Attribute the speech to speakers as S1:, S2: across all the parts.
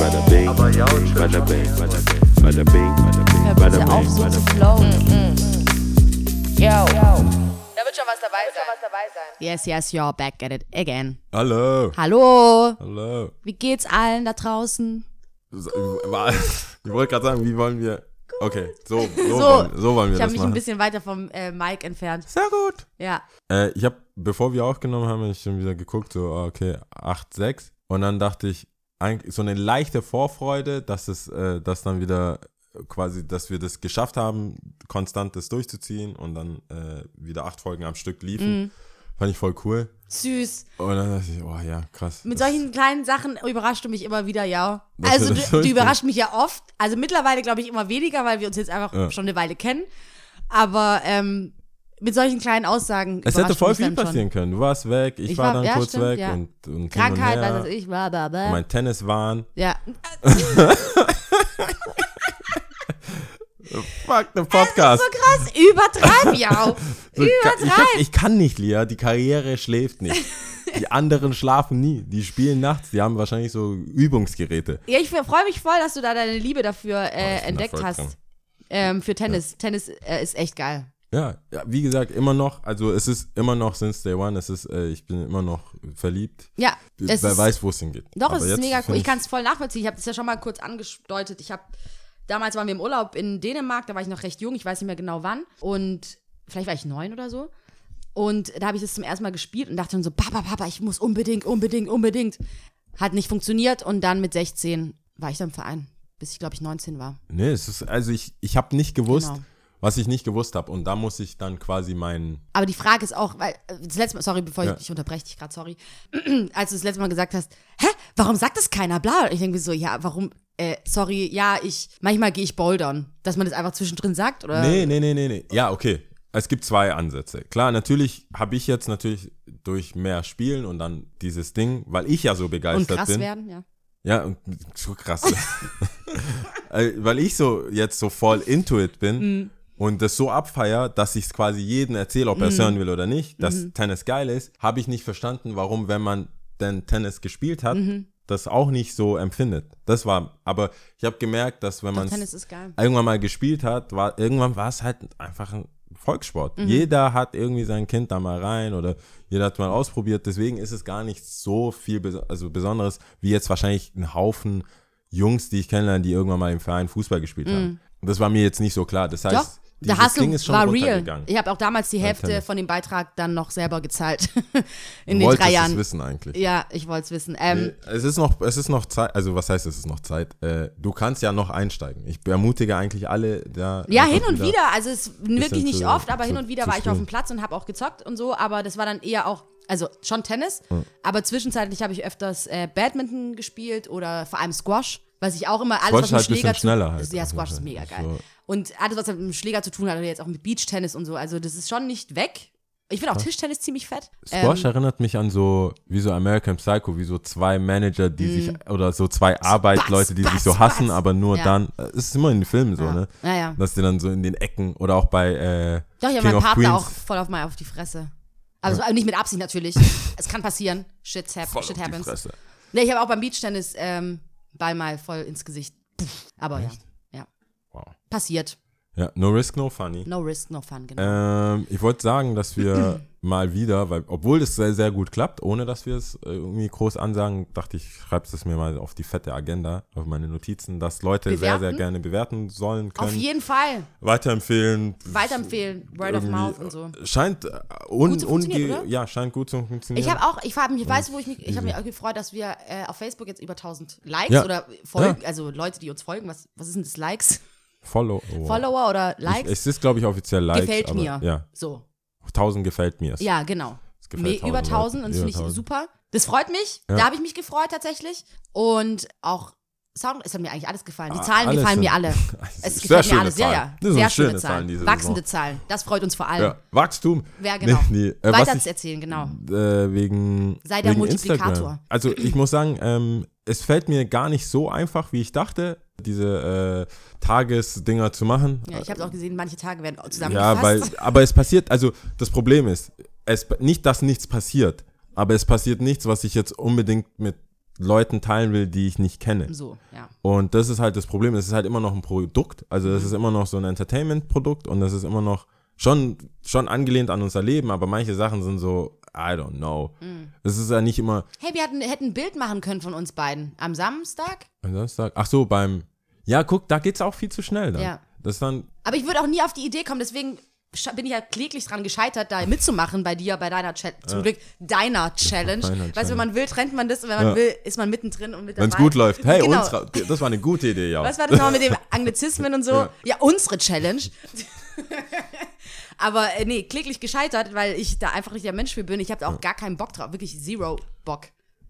S1: Aber ja, und schön.
S2: Bada bing, bada bing, bada bing, bada bing,
S3: Hör
S2: bada
S3: bitte auf,
S2: bing,
S3: so zu
S2: bada bing.
S3: flowen.
S4: Yo. Da wird schon was dabei sein.
S3: Yes, yes, you're back at it again.
S5: Hallo.
S3: Hallo,
S5: Hallo.
S3: wie geht's allen da draußen?
S5: So, wa- Ich wollte gerade sagen, wie wollen wir. Okay, so, so,
S3: So,
S5: wollen, so wollen wir
S3: Ich habe
S5: das
S3: mich
S5: machen.
S3: ein bisschen weiter vom äh, Mike entfernt.
S5: Sehr gut.
S3: Ja,
S5: Äh, ich habe, bevor wir aufgenommen haben, hab ich schon wieder geguckt, so, ah, okay, 8, 6. Und dann dachte ich, eigentlich so eine leichte Vorfreude, dass es, äh, dass dann wieder äh, quasi, dass wir das geschafft haben, konstant das durchzuziehen und dann äh, wieder acht Folgen am Stück liefen.
S3: Mhm.
S5: Fand ich voll cool.
S3: süß.
S5: Und dann dachte ich, oh ja, krass.
S3: Mit
S5: Das-
S3: solchen kleinen Sachen überraschst du mich immer wieder, ja.
S5: Dass wir
S3: Also du,
S5: das
S3: du
S5: durchziehen.
S3: überraschst mich ja oft. Also mittlerweile glaube ich immer weniger, weil wir uns jetzt einfach
S5: Ja.
S3: schon eine Weile kennen. Aber ähm, mit solchen kleinen Aussagen
S5: Es hätte
S3: überrascht
S5: voll
S3: mich
S5: viel
S3: dann schon.
S5: passieren können. Du warst weg, ich,
S3: Ich
S5: war
S3: war-
S5: dann
S3: ja,
S5: kurz
S3: stimmt,
S5: weg
S3: ja.
S5: und, und hin
S3: Krankheit,
S5: und her.
S3: was weiß ich, bla bla bla.
S5: Mein Tennis waren.
S3: ja,
S5: Fuck the Podcast.
S3: so krass, übertreib ja.
S5: So, ich, kann, ich, kann, ich kann nicht, Lia. Die Karriere schläft nicht. Die anderen schlafen nie. Die spielen nachts. Die haben wahrscheinlich so Übungsgeräte.
S3: Ja, ich freue mich voll, dass du da deine Liebe dafür äh,
S5: Oh, ich bin da
S3: entdeckt
S5: voll drin.
S3: hast. Ähm, für Tennis. Tennis äh, ist echt geil.
S5: Ja, ja, wie gesagt, immer noch. Also es ist immer noch since day one. Es ist, äh, ich bin immer noch verliebt.
S3: Ja, es
S5: Wer
S3: ist,
S5: weiß, wo es hingeht.
S3: doch,
S5: Aber
S3: es ist
S5: jetzt
S3: mega cool.
S5: find
S3: Ich kann es voll nachvollziehen. Ich habe das ja schon mal kurz angedeutet. Ich habe, damals waren wir im Urlaub in Dänemark, da war ich noch recht jung, ich weiß nicht mehr genau wann. Und vielleicht war ich neun oder so. Und da habe ich das zum ersten Mal gespielt und dachte dann so, Papa, Papa, ich muss unbedingt, unbedingt, unbedingt. Hat nicht funktioniert und dann mit 16 war ich dann im Verein, bis ich, glaube ich, 19 war.
S5: Nee, es ist, also ich, ich habe nicht gewusst,
S3: Genau.
S5: was ich nicht gewusst habe. Und da muss ich dann quasi meinen
S3: Aber die Frage ist auch, weil äh, das letzte Mal, sorry, bevor
S5: Ja.
S3: ich dich unterbreche, ich gerade, sorry, als du das letzte Mal gesagt hast, hä, warum sagt das keiner? Bla. Und ich denke mir so, ja, warum, äh, sorry, ja, ich, manchmal gehe ich bouldern, dass man das einfach zwischendrin sagt, oder?
S5: Nee, nee, nee, nee, nee. Ja, okay. Es gibt zwei Ansätze. Klar, natürlich habe ich jetzt natürlich durch mehr Spielen und dann dieses Ding, weil ich ja so
S3: Und
S5: begeistert
S3: krass
S5: bin.
S3: werden, ja.
S5: Ja, und so krass. Äh, weil ich so jetzt so voll into it bin
S3: Mhm.
S5: und das so abfeier, dass ich es quasi jedem erzähle, ob er
S3: Mhm.
S5: es hören will oder nicht, dass Tennis geil ist, habe ich nicht verstanden, warum, wenn man denn Tennis gespielt hat,
S3: Mhm.
S5: das auch nicht so empfindet. Das war, aber ich habe gemerkt, dass wenn
S3: Doch,
S5: man
S3: Tennis ist geil.
S5: irgendwann mal gespielt hat, war irgendwann war es halt einfach ein Volkssport.
S3: Mhm.
S5: Jeder hat irgendwie sein Kind da mal rein oder jeder hat mal ausprobiert. Deswegen ist es gar nicht so viel bes also Besonderes wie jetzt wahrscheinlich ein Haufen Jungs, die ich kennenlerne, die irgendwann mal im Verein Fußball gespielt haben. Das war mir jetzt nicht so klar. Das heißt,
S3: Mhm. Doch, der
S5: dieses
S3: Hustle
S5: Ding ist schon
S3: war real.
S5: runtergegangen.
S3: Ich habe auch damals die Hälfte
S5: Tennis.
S3: von dem Beitrag dann noch selber gezahlt. in
S5: Du
S3: den
S5: wolltest
S3: drei Jahren.
S5: es wissen eigentlich. Äh,
S3: Ja, ich wollte es wissen. Ähm,
S5: Es ist noch, es ist noch Zeit, also was heißt es ist noch Zeit? Äh, du kannst ja noch einsteigen. Ich ermutige eigentlich alle da.
S3: Ja,
S5: einfach
S3: hin und wieder. Also es wirklich nicht
S5: zu-
S3: oft, aber
S5: zu-
S3: hin und wieder
S5: zu
S3: war ich auf
S5: spielen.
S3: dem Platz und habe auch gezockt und so. Aber das war dann eher auch, also schon Tennis. Aber zwischenzeitlich habe ich öfters äh, Badminton gespielt oder vor allem Squash, was ich auch immer alles
S5: Squash
S3: was
S5: ist halt
S3: mit
S5: ein
S3: Schläger
S5: bisschen schneller
S3: zu,
S5: halt.
S3: Ja, Squash ist mega geil.
S5: So.
S3: Und alles was halt mit dem Schläger zu tun hat oder jetzt auch mit Beachtennis und so. Also das ist schon nicht weg. Ich finde auch Tischtennis ziemlich fett.
S5: Squash
S3: Ähm,
S5: erinnert mich an so, wie so American Psycho, wie so zwei Manager, die
S3: Mm.
S5: sich, oder so zwei Arbeitsleute, die sich
S3: Spatz,
S5: so hassen,
S3: Spatz.
S5: aber nur
S3: Ja.
S5: dann, äh, es ist immer in den Filmen so, ne?
S3: Naja.
S5: Dass die dann so in den Ecken, oder auch bei, äh,
S3: Doch, ich
S5: King
S3: habe meinen
S5: of
S3: Partner
S5: Queens.
S3: auch voll auf mal auf die Fresse. Aber es war nicht mit Absicht natürlich. es kann passieren. Shit, hap
S5: Voll
S3: shit
S5: auf die
S3: happens.
S5: Fresse.
S3: Nee, ich habe auch beim Beachtennis ähm, Ball mal voll ins Gesicht. Pff, Aber ja, ja.
S5: Wow.
S3: Passiert.
S5: Ja, no risk, no funny.
S3: No risk, no fun, genau.
S5: Ähm, ich wollte sagen, dass wir mal wieder, weil obwohl das sehr, sehr gut klappt, ohne dass wir es äh, irgendwie groß ansagen, dachte ich, schreib's es mir mal auf die fette Agenda, auf meine Notizen, dass Leute sehr, sehr
S3: Bewerten?
S5: gerne bewerten sollen können.
S3: Auf jeden Fall.
S5: weiterempfehlen.
S3: Weiterempfehlen. Word of
S5: irgendwie,
S3: mouth und so.
S5: äh, Scheint äh, un,
S3: Gut zu funktionieren,
S5: unge-
S3: oder?
S5: ja, scheint gut zu funktionieren.
S3: Ich habe auch, ich habe mich, weißt du, wo ich mich, ich habe mich auch gefreut, dass wir äh, auf Facebook jetzt über 1000 Likes
S5: Ja.
S3: oder Folgen,
S5: Ja.
S3: also Leute, die uns folgen, was, was ist denn das Likes?
S5: Follow.
S3: Follower oder
S5: Ich,
S3: Likes?
S5: es ist, glaube ich, offiziell Likes.
S3: gefällt
S5: aber,
S3: mir.
S5: Ja,
S3: So.
S5: 1000 gefällt mir. Es-
S3: Ja, genau.
S5: es
S3: Me
S5: gefällt
S3: über 1000
S5: Leuten.
S3: und das
S5: Über
S3: finde ich
S5: 1000.
S3: super. Das freut mich.
S5: Ja.
S3: Da habe ich mich gefreut tatsächlich. Und auch Sound, es hat mir eigentlich alles gefallen. Die
S5: Ah,
S3: Zahlen
S5: alles
S3: gefallen
S5: sind-
S3: mir alle. Es
S5: Sehr
S3: gefällt mir
S5: schöne
S3: alles. Ja,
S5: Zahlen.
S3: ja.
S5: Das sind
S3: Sehr
S5: schöne
S3: schöne
S5: Zahlen
S3: Zahlen.
S5: diese
S3: Wachsende
S5: Saison.
S3: Zahlen. Das freut uns vor allem.
S5: Ja, Wachstum.
S3: Ja, genau.
S5: Nee, nee, äh,
S3: Weiter
S5: was
S3: zu
S5: ich,
S3: erzählen, genau.
S5: äh, wegen
S3: Sei der
S5: wegen
S3: Multiplikator.
S5: Instagram. Also ich muss sagen, ähm, es fällt mir gar nicht so einfach, wie ich dachte, diese äh, Tagesdinger zu machen.
S3: Ja, ich habe es auch gesehen, manche Tage werden
S5: Ja, weil,
S3: zusammengefasst.
S5: aber es passiert, also das Problem ist, es, nicht, dass nichts passiert, aber es passiert nichts, was ich jetzt unbedingt mit Leuten teilen will, die ich nicht kenne.
S3: So, ja.
S5: Und das ist halt das Problem. Es ist halt immer noch ein Produkt. Also
S3: Mhm.
S5: das ist immer noch so ein Entertainment-Produkt und das ist immer noch schon, schon angelehnt an unser Leben, aber manche Sachen sind so, I don't know.
S3: Mhm.
S5: Es ist ja nicht immer
S3: Hey, wir hatten, hätten ein Bild machen können von uns beiden. Am Samstag?
S5: am Samstag. Ach so, beim. Ja, guck, da geht's auch viel zu schnell dann.
S3: Ja.
S5: Das ist dann.
S3: Aber ich würde auch nie auf die Idee kommen, deswegen scha- bin ich ja kläglich dran gescheitert, da mitzumachen bei dir, bei deiner Challenge. Zum Glück deiner Challenge.
S5: Deiner
S3: Weißt du,
S5: Challenge.
S3: wenn man will, trennt man das und wenn man
S5: Ja.
S3: will, ist man mittendrin und mit dabei.
S5: Wenn es gut läuft. Hey,
S3: Genau.
S5: unsere, das war eine gute Idee, ja.
S3: Was war das nochmal mit dem Anglizismen und so? Ja,
S5: Ja.
S3: unsere Challenge. Aber äh, nee, kläglich gescheitert, weil ich da einfach nicht der Mensch für bin. Ich habe da auch gar keinen Bock drauf. Wirklich zero Bock.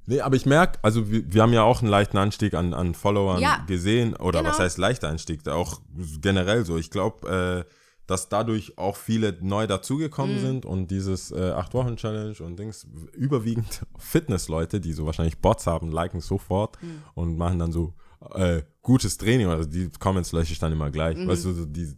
S5: Nee, aber ich merke, also wir, wir haben ja auch einen leichten Anstieg an, an Followern
S3: Ja,
S5: gesehen. Oder
S3: genau.
S5: was heißt leichter Anstieg? Auch generell so. Ich glaube, äh, dass dadurch auch viele neu dazugekommen sind und dieses äh, Acht-Wochen-Challenge und Dings, überwiegend Fitnessleute, die so wahrscheinlich Bots haben, liken sofort und machen dann so äh, gutes Training. Also die Comments lösche ich dann immer gleich. Weißt du, so die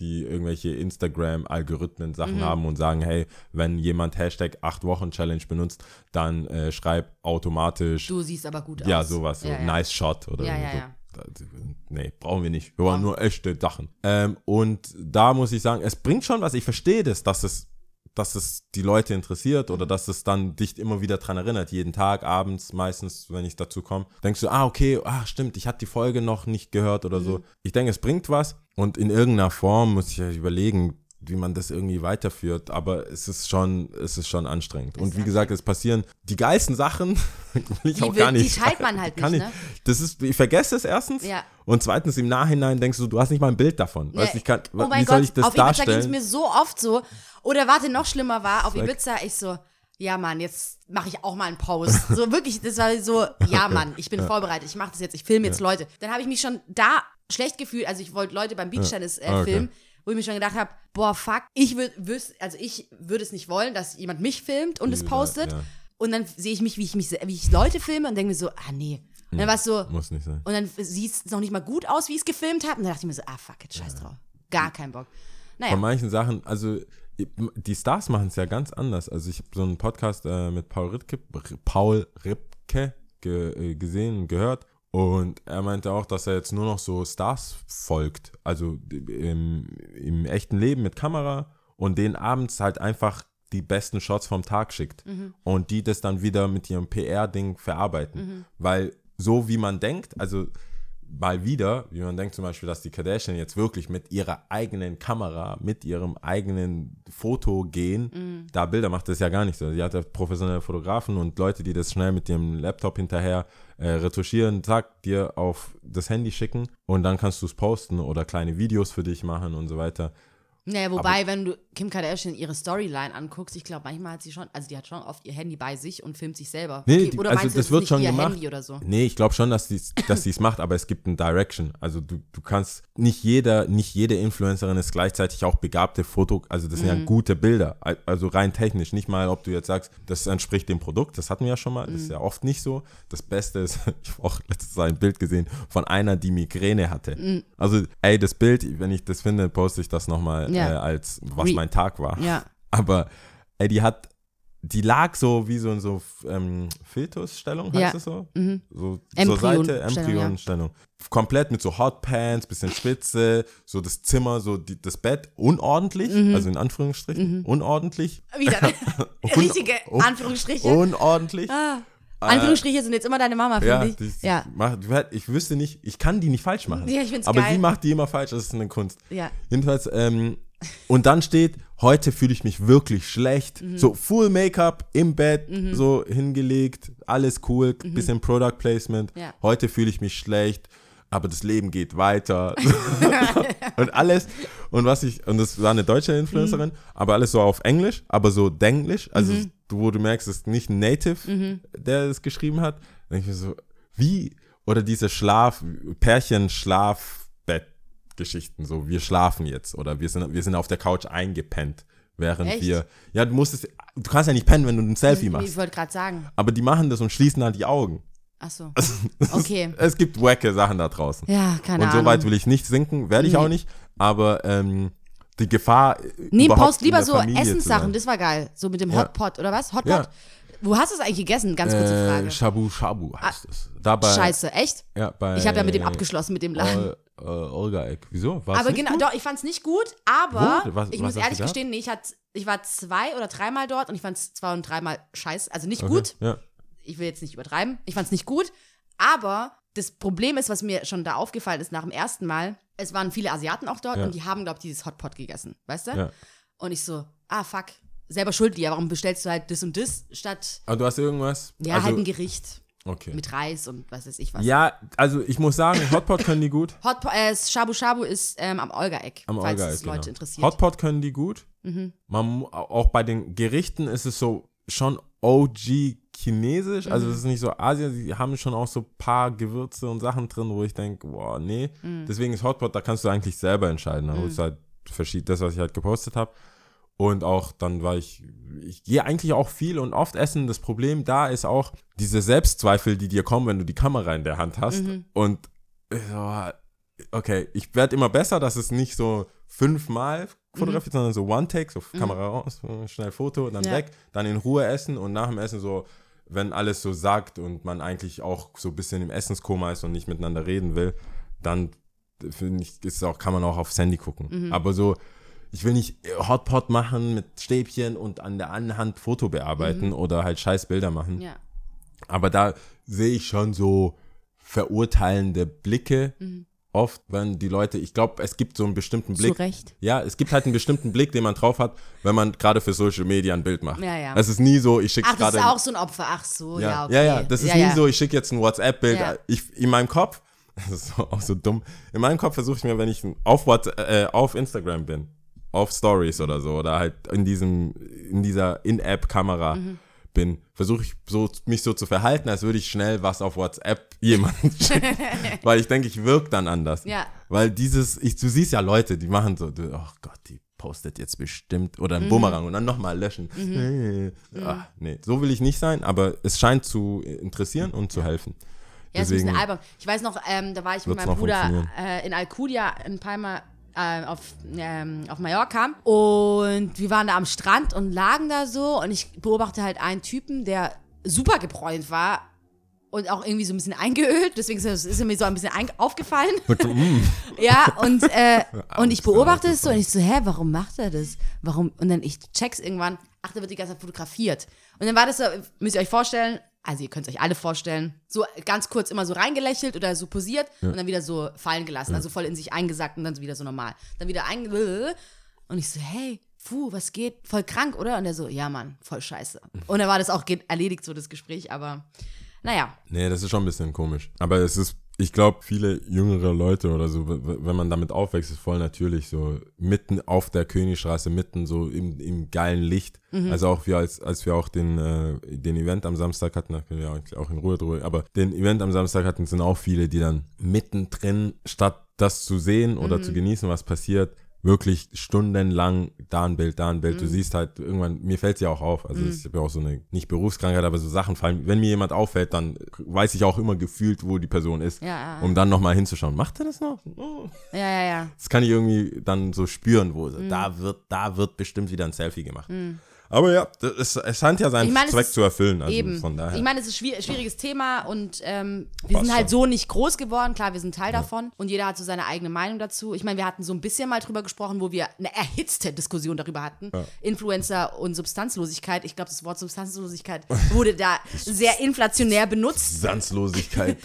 S5: die irgendwelche Instagram-Algorithmen Sachen haben und sagen, hey, wenn jemand Hashtag 8-Wochen-Challenge benutzt, dann äh, schreib automatisch
S3: Du siehst aber gut aus.
S5: ja, sowas, so
S3: Ja, ja.
S5: nice shot oder
S3: Ja, ja,
S5: so.
S3: ja.
S5: Da- Nee, brauchen wir nicht. Wir wollen nur echte Sachen. Ähm, und da muss ich sagen, es bringt schon was. Ich verstehe das, dass es, dass es die Leute interessiert
S3: Mhm.
S5: oder dass es dann dich immer wieder dran erinnert. Jeden Tag, abends, meistens, wenn ich dazu komme, denkst du, ah, okay, ah, stimmt, ich hatte die Folge noch nicht gehört oder
S3: Mhm.
S5: so. Ich denke, es bringt was und in irgendeiner Form muss ich halt überlegen, wie man das irgendwie weiterführt, aber es ist schon, es ist schon anstrengend. Und wie gesagt, es passieren die geilsten Sachen, will ich
S3: Die
S5: auch
S3: will-
S5: gar
S3: die
S5: nicht.
S3: teilt man halt
S5: kann
S3: nicht,
S5: ich- Das ist, ich vergesse es erstens.
S3: Ja.
S5: Und zweitens im Nachhinein denkst du, du hast nicht mal ein Bild davon. Weißt,
S3: Ja,
S5: ich kann,
S3: oh
S5: wie
S3: mein
S5: soll
S3: Gott,
S5: ich das
S3: auf Ibiza ging es
S5: darstellen?
S3: mir so oft so. Oder warte, noch schlimmer war, auf
S5: Sag.
S3: Ibiza, ich so, ja Mann, jetzt mache ich auch mal einen Post. So wirklich, das war so, ja Mann, ich bin vorbereitet, ich mache das jetzt, ich filme jetzt Leute. Dann habe ich mich schon da schlecht gefühlt, also ich wollte Leute beim Beachtennis äh,
S5: Ah, okay.
S3: filmen, wo ich mir schon gedacht habe, boah, fuck, ich würde also ich würde es nicht wollen, dass jemand mich filmt und es
S5: Ja,
S3: postet.
S5: ja.
S3: Und dann sehe ich mich, wie ich mich, se- wie ich Leute filme und denke mir so, ah nee. Und dann war es so,
S5: Muss nicht sein.
S3: und dann sieht es noch nicht mal gut aus, wie ich es gefilmt habe. Und dann dachte ich mir so, ah, fuck it, scheiß drauf. Gar keinen Bock.
S5: Von
S3: Naja,
S5: manchen Sachen, also die Stars machen es ja ganz anders. Also ich habe so einen Podcast äh, mit Paul Rittke, Paul Ripke ge, äh, gesehen und gehört. Und er meinte auch, dass er jetzt nur noch so Stars folgt. Also im, im echten Leben mit Kamera und denen abends halt einfach die besten Shots vom Tag schickt. Und die das dann wieder mit ihrem PR-Ding verarbeiten. Weil so wie man denkt, also mal wieder, wie man denkt zum Beispiel, dass die Kardashian jetzt wirklich mit ihrer eigenen Kamera, mit ihrem eigenen Foto gehen, da Bilder macht, das ist ja gar nicht so. Die hat ja professionelle Fotografen und Leute, die das schnell mit ihrem Laptop hinterher äh, retuschieren, zack, dir auf das Handy schicken und dann kannst du es posten oder kleine Videos für dich machen und so weiter.
S3: naja wobei, wenn du Kim Kardashian ihre Storyline anguckst, ich glaube, manchmal hat sie schon, also die hat schon oft ihr Handy bei sich und filmt sich selber.
S5: Nee,
S3: Okay,
S5: die-
S3: oder
S5: also
S3: meinst du,
S5: das
S3: es ist
S5: wird
S3: nicht
S5: schon
S3: ihr
S5: gemacht.
S3: Handy oder so?
S5: Nee, ich glaube schon, dass sie dass die's macht, aber es gibt ein Direction. Also du, du kannst nicht jeder, nicht jede Influencerin ist gleichzeitig auch begabte Foto, also das sind
S3: Mhm.
S5: ja gute Bilder. Al- Also rein technisch, nicht mal, ob du jetzt sagst, das entspricht dem Produkt, das hatten wir ja schon mal, das
S3: Mhm.
S5: ist ja oft nicht so. Das Beste ist, ich habe auch letztens ein Bild gesehen von einer, die Migräne hatte.
S3: Mhm.
S5: Also ey, das Bild, wenn ich das finde, poste ich das nochmal
S3: Ja.
S5: äh, als was
S3: Re-
S5: mein Tag war.
S3: Ja.
S5: Aber ey, die hat, die lag so wie so in so ähm, Fetusstellung, heißt
S3: Ja.
S5: das so?
S3: Mhm.
S5: So
S3: Embryon-
S5: zur Seite,
S3: Stellung,
S5: Embryonenstellung. Komplett mit so Hotpants, bisschen Spitze, so das Zimmer, so die, das Bett unordentlich,
S3: Mhm.
S5: also in Anführungsstrichen, unordentlich.
S3: Wieder. Richtige
S5: Un-
S3: Anführungsstriche.
S5: Unordentlich.
S3: Ah. Anführungsstriche sind jetzt immer deine Mama, finde
S5: oh. Ja,
S3: ich.
S5: die,
S3: ja.
S5: Macht, ich wüsste nicht, ich kann die nicht falsch machen.
S3: Ja, ich find's
S5: Aber
S3: geil.
S5: sie macht die immer falsch, das ist eine Kunst.
S3: Ja.
S5: Jedenfalls, ähm, und dann steht, heute fühle ich mich wirklich schlecht.
S3: Mhm.
S5: So full Make-up im Bett, so hingelegt, alles cool, bisschen Product Placement.
S3: Mhm. Ja.
S5: Heute fühle ich mich schlecht, aber das Leben geht weiter. und alles und was ich und das war eine deutsche
S3: Mhm.
S5: Influencerin, aber alles so auf Englisch, aber so denglisch, also
S3: Mhm.
S5: du, wo du merkst, es ist nicht ein Native, der das geschrieben hat. Dann denk ich mir so, wie oder diese Schlaf Pärchen Schlafbett Geschichten, so wir schlafen jetzt oder wir sind wir sind auf der Couch eingepennt, während
S3: Echt?
S5: wir ja, du musstest du kannst ja nicht pennen, wenn du ein Selfie
S3: Ich
S5: machst.
S3: wollte gerade sagen.
S5: Aber die machen das und schließen halt die Augen.
S3: Ach so.
S5: Es ist-
S3: Okay.
S5: Es gibt wacke Sachen da draußen.
S3: Ja, keine
S5: Und
S3: Ahnung.
S5: so weit will ich nicht sinken, werde ich auch nicht, aber ähm, die Gefahr. äh,
S3: Nee,
S5: überhaupt
S3: post
S5: in
S3: lieber
S5: der
S3: so
S5: Familie zu
S3: Essenssachen,
S5: sein.
S3: das war geil. So mit dem
S5: Ja.
S3: Hotpot oder was? Hotpot?
S5: Ja.
S3: Wo hast du es eigentlich gegessen? Ganz kurze Frage. Ah,
S5: Äh, Shabu Shabu heißt es. Dabei,
S3: Scheiße, echt?
S5: Ja, bei, äh,
S3: Ich habe ja mit dem abgeschlossen, mit dem Laden.
S5: Ol, äh, Olga Eck. Wieso? War's
S3: Aber
S5: nicht
S3: genau,
S5: gut?
S3: doch, ich fand's nicht gut, aber
S5: Wo? Was-
S3: ich
S5: was
S3: muss
S5: hast du
S3: ehrlich
S5: gehabt?
S3: gestehen, nee, ich, hat, ich war zwei oder dreimal dort und ich fand's zwei und dreimal scheiße. Also nicht gut.
S5: Ja.
S3: Ich will jetzt nicht übertreiben. Ich fand's nicht gut, aber das Problem ist, was mir schon da aufgefallen ist nach dem ersten Mal, es waren viele Asiaten auch dort
S5: Ja.
S3: und die haben, glaube ich, dieses Hotpot gegessen, weißt du?
S5: Ja.
S3: Und ich so, ah, fuck, selber schuld, ja, warum bestellst du halt das und das statt,
S5: Aber du hast irgendwas?
S3: ja,
S5: also,
S3: halt ein Gericht
S5: okay.
S3: mit Reis und was weiß ich was.
S5: Ja, also ich muss sagen, Hotpot können die gut.
S3: Hotpot, äh, Shabu Shabu ist ähm, am Olga-Eck,
S5: Am
S3: falls
S5: Allgäu,
S3: es
S5: genau.
S3: Leute interessiert. Mhm.
S5: Hotpot können die gut. Man, mu- auch bei den Gerichten ist es so schon OG chinesisch.
S3: Mhm.
S5: Also es ist nicht so Asien. Sie haben schon auch so ein paar Gewürze und Sachen drin, wo ich denke, boah, nee.
S3: Mhm.
S5: Deswegen ist Hotpot, da kannst du eigentlich selber entscheiden. Da holst du halt verschied- das, was ich halt gepostet habe. Und auch dann war ich, ich gehe eigentlich auch viel und oft essen. Das Problem da ist auch diese Selbstzweifel, die dir kommen, wenn du die Kamera in der Hand hast. Und ich so, okay, ich werde immer besser, dass es nicht so fünfmal fotografiert, sondern so One Take, so Kamera raus, schnell Foto, dann
S3: Ja.
S5: weg, dann in Ruhe essen und nach dem Essen so, wenn alles so sagt und man eigentlich auch so ein bisschen im Essenskoma ist und nicht miteinander reden will, dann äh, finde ich, ist auch, kann man auch aufs Handy
S3: Mhm.
S5: gucken. Aber so, ich will nicht äh, Hotpot machen mit Stäbchen und an der anderen Hand Foto bearbeiten oder halt scheiß Bilder machen.
S3: Mhm. Ja.
S5: Aber da sehe ich schon so verurteilende Blicke. Oft, wenn die Leute, ich glaube, es gibt so einen bestimmten Blick.
S3: Mhm. Recht.
S5: Ja, es gibt halt einen bestimmten Blick, den man drauf hat, wenn man gerade für Social Media ein Bild macht.
S3: Ja, ja.
S5: Das ist nie so, ich schicke
S3: Ach, das
S5: gerade.
S3: ist auch so ein Opfer. Ach so, ja,
S5: ja,
S3: okay.
S5: ja, ja, das ist nie so, ich schicke jetzt ein WhatsApp-Bild.
S3: Ja.
S5: Ich, in meinem Kopf, das ist auch so dumm, in meinem Kopf versuche ich mir, wenn ich auf, What, äh, auf Instagram bin, auf Stories oder so, oder halt in diesem, in dieser In-App-Kamera bin, versuche ich so, mich so zu verhalten, als würde ich schnell was auf WhatsApp jemandem schicken. weil ich denke, ich wirke dann anders.
S3: Ja.
S5: Weil dieses, ich, du siehst ja Leute, die machen so, du, oh Gott, die postet jetzt bestimmt oder
S3: Mhm.
S5: ein Bumerang und dann nochmal löschen. Ah, nee, so will ich nicht sein, aber es scheint zu interessieren und zu helfen.
S3: Ja, es ist ein
S5: Deswegen,
S3: bisschen albern. Ich weiß noch, ähm, da war ich mit
S5: Wird's
S3: meinem
S5: noch
S3: Bruder
S5: funktionieren.
S3: äh, in Alcudia in Palma äh, auf, ähm, auf Mallorca und wir waren da am Strand und lagen da so und ich beobachte halt einen Typen, der super gebräunt war und auch irgendwie so ein bisschen eingeölt, deswegen ist er- ist er mir so ein bisschen ein- aufgefallen. Ja, und, äh, und ich beobachte es so und ich so, hä, warum macht er das? Warum? Und dann ich check's irgendwann, ach, da wird die ganze Zeit fotografiert. Und dann war das so, müsst ihr euch vorstellen, also ihr könnt es euch alle vorstellen, so ganz kurz immer so reingelächelt oder so posiert und dann wieder so fallen gelassen, also voll in sich eingesackt und dann wieder so normal. Dann wieder einge... Und ich so, hey, puh, was geht? Voll krank, oder? Und er so, ja, Mann, voll scheiße. Und dann war das auch ge- erledigt, so das Gespräch, aber naja.
S5: Nee, das ist schon ein bisschen komisch. Aber es ist, ich glaube, viele jüngere Leute oder so, w- w- wenn man damit aufwächst, ist voll natürlich so mitten auf der Königstraße, mitten so im, im geilen Licht. Also auch wir, als, als wir auch den, äh, den Event am Samstag hatten, da können wir eigentlich auch in Ruhe drüber, aber den Event am Samstag hatten, sind auch viele, die dann mittendrin, statt das zu sehen oder zu genießen, was passiert, wirklich stundenlang da ein Bild, da ein
S3: Mhm.
S5: Bild. Du siehst halt irgendwann, mir fällt ja auch auf. Also ich habe ja auch so eine, nicht Berufskrankheit, aber so Sachen fallen. Wenn mir jemand auffällt, dann weiß ich auch immer gefühlt, wo die Person ist,
S3: Ja, ja.
S5: um dann nochmal hinzuschauen. Macht er das noch? Oh.
S3: Ja, ja, ja.
S5: Das kann ich irgendwie dann so spüren, wo
S3: Mhm.
S5: da wird, da wird bestimmt wieder ein Selfie gemacht. Aber ja, das ist, es scheint ja seinen
S3: Ich meine, es
S5: Zweck
S3: ist-
S5: zu erfüllen. Also
S3: Eben.
S5: von daher.
S3: Hm. Ich meine, es ist schwier schwieriges Thema und ähm, wir
S5: Passt
S3: sind halt
S5: schon.
S3: so nicht groß geworden. Klar, wir sind Teil davon und jeder hat so seine eigene Meinung dazu. Ich meine, wir hatten so ein bisschen mal drüber gesprochen, wo wir eine erhitzte Diskussion darüber hatten. Influencer und Substanzlosigkeit. Ich glaube, das Wort Substanzlosigkeit wurde da sehr inflationär benutzt.
S5: Sanzlosigkeit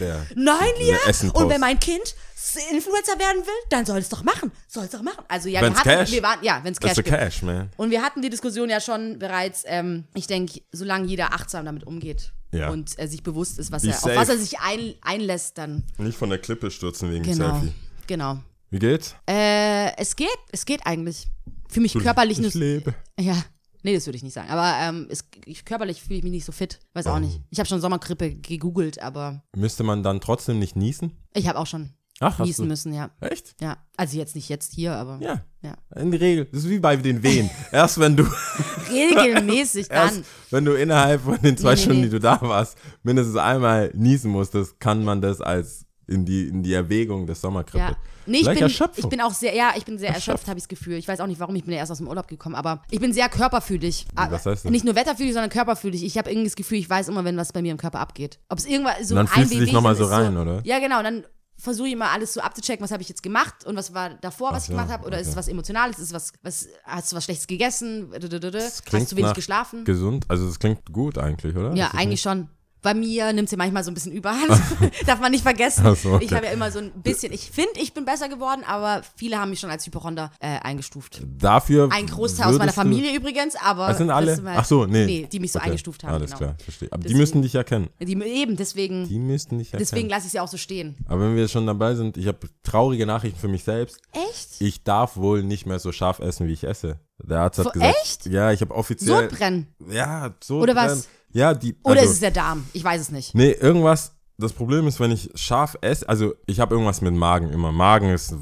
S5: der.
S3: Nein, Lia!
S5: Diese Essen-Post.
S3: Und wenn mein Kind S- Influencer werden will, dann soll es doch machen. Soll es doch machen. Also ja,
S5: Wenn's
S3: wir hatten,
S5: Cash-
S3: wir waren, ja, wenn es Cash
S5: That's a
S3: gibt.
S5: cash, man.
S3: Und wir hatten die Diskussion ja schon bereits, ähm, ich denke, solange jeder achtsam damit umgeht
S5: Ja.
S3: und äh, sich bewusst ist, was
S5: Be
S3: er, auf
S5: safe.
S3: was er sich ein, einlässt, dann
S5: Nicht von der Klippe stürzen wegen
S3: genau.
S5: Selfie.
S3: Genau.
S5: Wie geht's?
S3: Äh, es geht, es geht eigentlich. Für mich körperlich
S5: ich
S3: nur.
S5: lebe.
S3: Ja. Nee, das würde ich nicht sagen. Aber ähm, es, ich, körperlich fühle ich mich nicht so fit. Weiß
S5: Ah.
S3: auch nicht. Ich habe schon Sommergrippe gegoogelt, aber
S5: Müsste man dann trotzdem nicht niesen?
S3: ich habe auch schon
S5: Ach, hast
S3: niesen
S5: du-
S3: müssen, ja.
S5: Echt?
S3: Ja. Also jetzt nicht jetzt hier, aber
S5: Ja.
S3: ja.
S5: In der Regel. Das ist wie bei den Wehen. Erst wenn du,
S3: regelmäßig
S5: erst
S3: dann.
S5: wenn du innerhalb von den zwei
S3: Nee, nee,
S5: Stunden,
S3: nee.
S5: die du da warst, mindestens einmal niesen musstest, kann man das als in die, in die Erwägung des Sommerkrippe.
S3: Ja. Nee, ich
S5: Gleich
S3: bin,
S5: Erschöpfung.
S3: ich bin auch sehr, ja, ich bin sehr erschöpft,
S5: Erschöpft.
S3: habe ich das Gefühl. Ich weiß auch nicht, warum, ich bin ja erst aus dem Urlaub gekommen, aber ich bin sehr körperfühlig.
S5: Was heißt das?
S3: Nicht nur wetterfühlig, sondern körperfühlig. Ich habe irgendwie das Gefühl, ich weiß immer, wenn was bei mir im Körper abgeht. Ob es irgendwas so
S5: Und dann
S3: ein
S5: fühlst du dich
S3: Wehwehchen
S5: noch mal so
S3: ist,
S5: rein, oder?
S3: Ja, genau, dann versuche ich immer alles so abzuchecken, was habe ich jetzt gemacht und was war davor, was
S5: Ach
S3: ich gemacht
S5: so,
S3: habe oder ist es
S5: okay.
S3: was Emotionales, ist es was, was, hast du was Schlechtes gegessen, Dödödödö.
S5: Das klingt
S3: hast du wenig
S5: nach
S3: geschlafen?
S5: Gesund, also das klingt gut eigentlich, oder?
S3: Ja,
S5: Das ist
S3: eigentlich schon. Bei mir nimmt sie manchmal so ein bisschen überhand. Darf man nicht vergessen.
S5: Ach so, okay.
S3: Ich habe ja immer so ein bisschen, ich finde, ich bin besser geworden, aber viele haben mich schon als Hypochonder äh, eingestuft.
S5: nicht- Dafür
S3: Ein Großteil aus meiner
S5: würdest du-
S3: Familie übrigens, aber.
S5: Das sind alle.
S3: sind halt-
S5: Ach so, nee.
S3: Nee, die mich so
S5: Okay,
S3: eingestuft haben.
S5: Alles
S3: genau.
S5: klar, verstehe. Aber die
S3: Deswegen-
S5: müssen dich erkennen.
S3: Die, eben, deswegen,
S5: Die müssen dich erkennen.
S3: deswegen lasse ich sie auch so stehen.
S5: Aber wenn wir schon dabei sind, ich habe traurige Nachrichten für mich selbst.
S3: Echt?
S5: Ich darf wohl nicht mehr so scharf essen, wie ich esse. Der Arzt hat
S3: Wo-
S5: gesagt.
S3: echt?
S5: Ja, ich habe offiziell.
S3: Sodbrennen.
S5: Ja, so.
S3: Oder was?
S5: Ja, die.
S3: Oder
S5: also,
S3: ist es der Darm? Ich weiß es nicht.
S5: Nee, irgendwas. Das Problem ist, wenn ich scharf esse, also ich habe irgendwas mit Magen immer. Magen ist,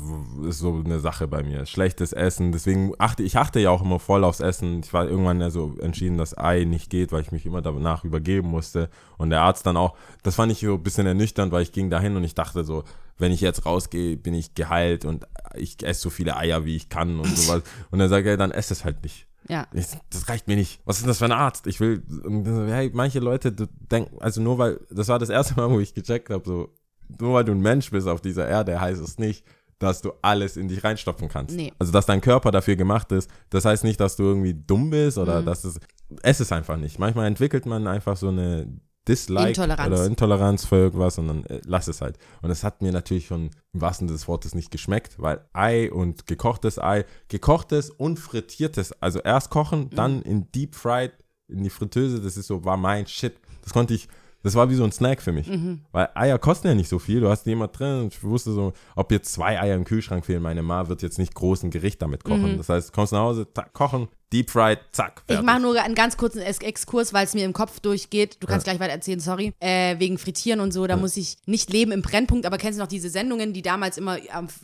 S5: ist so eine Sache bei mir. Schlechtes Essen. Deswegen achte ich achte ja auch immer voll aufs Essen. Ich war irgendwann ja so entschieden, dass Ei nicht geht, weil ich mich immer danach übergeben musste. Und der Arzt dann auch. Das fand ich so ein bisschen ernüchternd, weil ich ging dahin und ich dachte so, wenn ich jetzt rausgehe, bin ich geheilt und ich esse so viele Eier, wie ich kann und sowas. Und dann sagt er, dann ess es halt nicht.
S3: Ja.
S5: Ich, das reicht mir nicht. Was ist denn das für ein Arzt? Ich will. und dann so, Hey, manche Leute du denken, also nur weil, das war das erste Mal, wo ich gecheckt habe, so, nur weil du ein Mensch bist auf dieser Erde, heißt es nicht, dass du alles in dich reinstopfen kannst.
S3: Nee.
S5: Also, dass dein Körper dafür gemacht ist, das heißt nicht, dass du irgendwie dumm bist
S3: Mhm.
S5: oder dass es. Es ist einfach nicht. Manchmal entwickelt man einfach so eine Dislike
S3: Intoleranz.
S5: oder Intoleranz für irgendwas und dann äh, lass es halt. Und es hat mir natürlich schon im wahrsten Sinne des Wortes nicht geschmeckt, weil Ei und gekochtes Ei, gekochtes und frittiertes, also erst kochen, dann in Deep Fried, in die Fritteuse, das ist so, war mein Shit. Das konnte ich, das war wie so ein Snack für mich. Weil Eier kosten ja nicht so viel, du hast die immer drin und ich wusste so, ob jetzt zwei Eier im Kühlschrank fehlen, meine Ma wird jetzt nicht großen Gericht damit kochen. Das heißt, kommst nach Hause, zack, kochen, Deep Fried, zack,
S3: Ich mache nur einen ganz kurzen Ex- Exkurs, weil es mir im Kopf durchgeht. Du kannst gleich weiter erzählen, sorry. Äh, wegen Frittieren und so, da muss ich nicht leben im Brennpunkt, aber kennst du noch diese Sendungen, die damals immer am, F-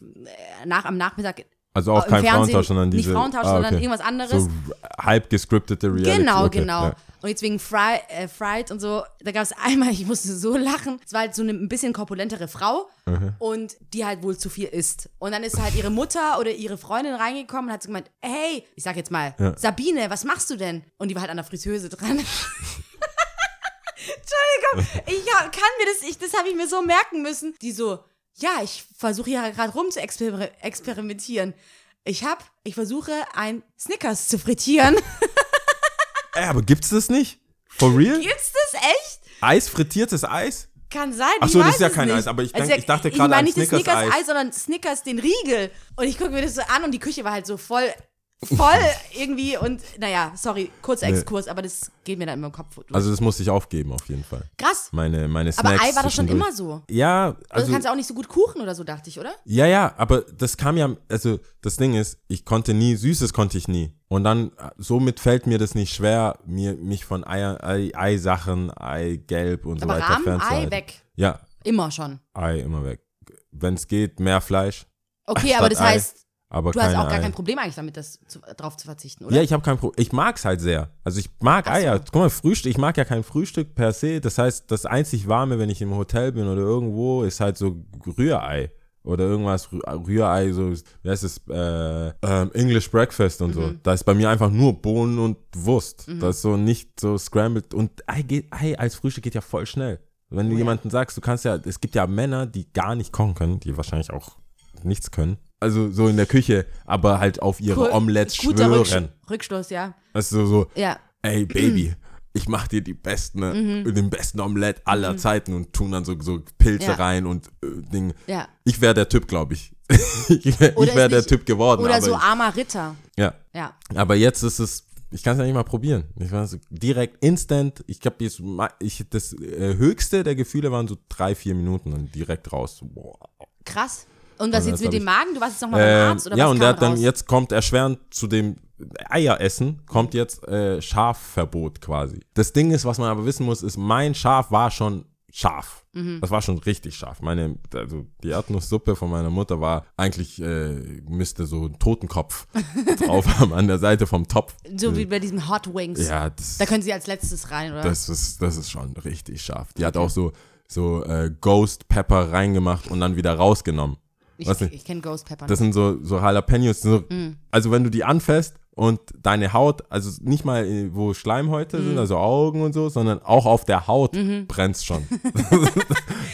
S3: äh, nach, am Nachmittag
S5: Also auch
S3: Äh, Im
S5: kein
S3: Fernsehen,
S5: Frauentausch, sondern
S3: nicht
S5: diese. Ah,
S3: Frauentausch, sondern irgendwas anderes.
S5: So halb gescriptete Reality.
S3: Genau,
S5: okay,
S3: genau.
S5: Ja.
S3: Und jetzt wegen Fry, äh, Fried und so, da gab es einmal, ich musste so lachen, es war halt so eine ein bisschen korpulentere Frau und die halt wohl zu viel isst. Und dann ist halt ihre Mutter oder ihre Freundin reingekommen und hat so gemeint, hey, ich sag jetzt mal,
S5: Ja.
S3: Sabine, was machst du denn? Und die war halt an der Fritteuse dran. Entschuldigung, ich hab- kann mir das, ich, das habe ich mir so merken müssen. Die so, ja, ich versuche hier gerade rum zu exper experimentieren. Ich hab, ich versuche ein Snickers zu frittieren.
S5: Ey, aber gibt's das nicht? For real?
S3: Gibt's das echt?
S5: Eis, frittiertes Eis?
S3: Kann sein.
S5: Ach
S3: ich
S5: so, das
S3: weiß
S5: ist ja
S3: es
S5: kein
S3: nicht.
S5: Eis, aber ich
S3: Also
S5: denk-
S3: ja,
S5: ich dachte
S3: ich
S5: gerade
S3: meine
S5: an
S3: nicht das
S5: Snickers-Eis.
S3: Snickers-Eis, sondern Snickers den Riegel. Und ich gucke mir das so an und die Küche war halt so voll, voll irgendwie und naja, sorry, kurzer Exkurs, aber das geht mir dann immer im Kopf durch.
S5: Also das musste ich aufgeben, auf jeden Fall.
S3: Krass.
S5: Meine, meine
S3: Aber
S5: Snacks
S3: Ei war doch schon
S5: zwischendurch.
S3: immer so.
S5: Ja,
S3: Also,
S5: also,
S3: kannst du auch nicht so gut Kuchen oder so, dachte ich, oder?
S5: ja, ja, aber das kam ja, also das Ding ist, ich konnte nie, Süßes konnte ich nie. Und dann, äh, somit fällt mir das nicht schwer, mir, mich von Eier, Ei, Eisachen, Eigelb und
S3: Aber
S5: so weiter
S3: Rahmen, Ei
S5: fernzuhalten.
S3: weg.
S5: Ja,
S3: Immer schon.
S5: Ei immer weg. Wenn es geht, mehr Fleisch,
S3: Okay,
S5: Statt
S3: aber das
S5: Ei,
S3: heißt,
S5: aber
S3: du
S5: keine
S3: hast auch gar
S5: Ei.
S3: kein Problem eigentlich damit, das zu, drauf zu verzichten, oder?
S5: Ja, ich habe kein Problem. Ich mag's halt sehr. Also ich mag Eier. Guck mal, Frühstück, ich mag ja kein Frühstück per se. Das heißt, das einzig Warme, wenn ich im Hotel bin oder irgendwo, ist halt so Rührei. Oder irgendwas, Rü- Rührei, so, wie heißt es, äh, ähm, English Breakfast und
S3: Mhm.
S5: so. Da ist bei mir einfach nur Bohnen und Wurst. Das ist so nicht so scrambled. Und Ei, geht, Ei als Frühstück geht ja voll schnell. Wenn
S3: Oh
S5: du jemanden sagst, du kannst ja, es gibt ja Männer, die gar nicht kochen können, die wahrscheinlich auch nichts können. Also so in der Küche, aber halt auf ihre
S3: Cool.
S5: Omelettes
S3: Guter
S5: schwören.
S3: Rücksch- Rückschluss, ja.
S5: Weißt du, so,
S3: Ja. Mhm.
S5: ey, Baby, ich mach dir die besten, den besten Omelett aller Zeiten und tun dann so, so Pilze
S3: Ja.
S5: rein und äh, Ding.
S3: Ja.
S5: Ich wäre der Typ, glaube ich. ich wäre
S3: Oder
S5: wär
S3: ist
S5: der
S3: nicht-
S5: Typ geworden.
S3: Oder
S5: aber
S3: so
S5: ich,
S3: armer Ritter.
S5: ja.
S3: Ja.
S5: Aber jetzt ist es, ich kann es ja nicht mal probieren. Ich war so direkt instant. Ich glaube, jetzt, ma- ich, das äh, höchste der Gefühle waren so drei, vier Minuten und direkt raus. So, Boah.
S3: Krass. Und was
S5: Also
S3: jetzt
S5: das
S3: mit
S5: hab
S3: dem
S5: ich-
S3: Magen? Du warst jetzt nochmal beim
S5: Ähm,
S3: Arzt oder
S5: ja,
S3: was
S5: und
S3: kam
S5: der hat dann
S3: raus?
S5: jetzt kommt erschwerend zu dem Eieressen, kommt jetzt äh, Schafverbot quasi. Das Ding ist, was man aber wissen muss, ist, mein Schaf war schon scharf.
S3: Mhm.
S5: Das war schon richtig scharf. Meine, also die Erdnusssuppe von meiner Mutter war eigentlich, äh, müsste so ein Totenkopf drauf haben an der Seite vom Topf.
S3: So wie bei diesen Hot Wings.
S5: ja, das,
S3: Da können sie als letztes rein, oder?
S5: das, ist, das ist schon richtig scharf. Die hat auch so so äh, Ghost Pepper reingemacht und dann wieder rausgenommen.
S3: Ich,
S5: Weißt du?
S3: ich kenne Ghost Pepper.
S5: Das sind so, so Jalapenos. So, Also wenn du die anfasst und deine Haut, also nicht mal äh, wo Schleimhäute sind, also Augen und so, sondern auch auf der Haut brennst schon.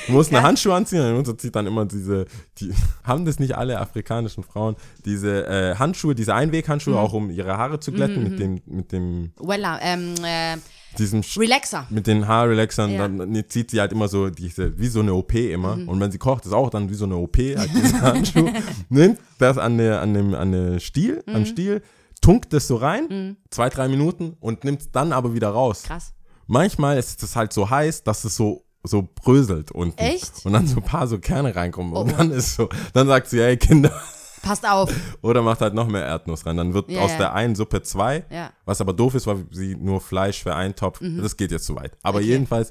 S5: du musst eine Handschuhe anziehen und so zieht dann immer diese, die haben das nicht alle afrikanischen Frauen, diese äh, Handschuhe, diese Einweghandschuhe, auch um ihre Haare zu glätten mit dem, mit dem,
S3: Wella, ähm, äh,
S5: diesem Sch-
S3: Relaxer.
S5: mit den Haarrelaxern,
S3: Ja. Mhm.
S5: dann ne, zieht sie halt immer so diese, wie so eine OP immer. Und wenn sie kocht, ist auch dann wie so eine OP, halt dieser Handschuh. Nimmt das an der, an dem, an der Stiel,
S3: Mhm.
S5: am Stiel, tunkt das so rein, zwei, drei Minuten und nimmt es dann aber wieder raus.
S3: Krass.
S5: Manchmal ist es halt so heiß, dass es so, so bröselt unten.
S3: Echt?
S5: Und dann so ein paar so Kerne reinkommen.
S3: Oh,
S5: Und
S3: oh.
S5: dann ist so, dann sagt sie, hey Kinder,
S3: Passt auf.
S5: oder macht halt noch mehr Erdnuss rein. Dann wird
S3: Ja,
S5: aus
S3: ja.
S5: der einen Suppe zwei.
S3: Ja. Mhm.
S5: Was aber doof ist, weil sie nur Fleisch für einen Topf. Das geht jetzt zu weit. Aber
S3: Okay.
S5: jedenfalls,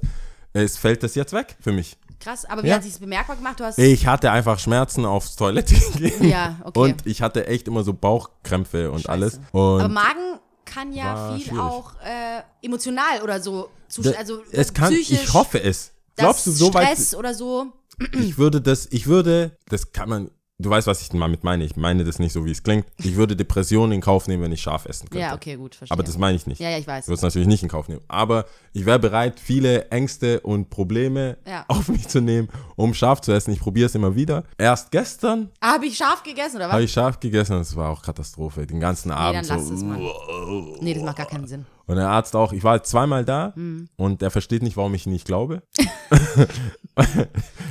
S5: es fällt das jetzt weg für mich.
S3: Krass. Aber wie
S5: Ja.
S3: hat sich bemerkbar gemacht? Du hast.
S5: Ich hatte einfach Schmerzen aufs Toilette gehen.
S3: Ja, okay.
S5: Und ich hatte echt immer so Bauchkrämpfe und alles.
S3: aber
S5: Und
S3: Magen kann ja
S5: War
S3: viel
S5: schwierig.
S3: auch äh, emotional oder so. Zu,
S5: da-
S3: also
S5: es kann,
S3: psychisch.
S5: ich hoffe es.
S3: dass
S5: Glaubst du, so weit,
S3: Stress oder so.
S5: ich würde das, ich würde, das kann man, du weißt, was ich damit meine. Ich meine das nicht so, wie es klingt. Ich würde Depressionen in Kauf nehmen, wenn ich scharf essen könnte.
S3: Ja, okay, gut, verstehe.
S5: Aber das meine ich nicht.
S3: ja, ja, ich weiß.
S5: Ich würde es natürlich nicht in Kauf nehmen. Aber ich wäre bereit, viele Ängste und Probleme
S3: Ja.
S5: auf mich zu nehmen, um scharf zu essen. Ich probiere es immer wieder. Erst gestern
S3: Habe ich scharf gegessen oder was?
S5: habe ich scharf gegessen und es war auch Katastrophe. Den ganzen
S3: dann
S5: Abend
S3: lass es, Mann.
S5: so.
S3: Nee, das macht gar keinen Sinn.
S5: Und der Arzt auch. Ich war jetzt zweimal da
S3: Mhm.
S5: und der versteht nicht, warum ich ihn nicht glaube.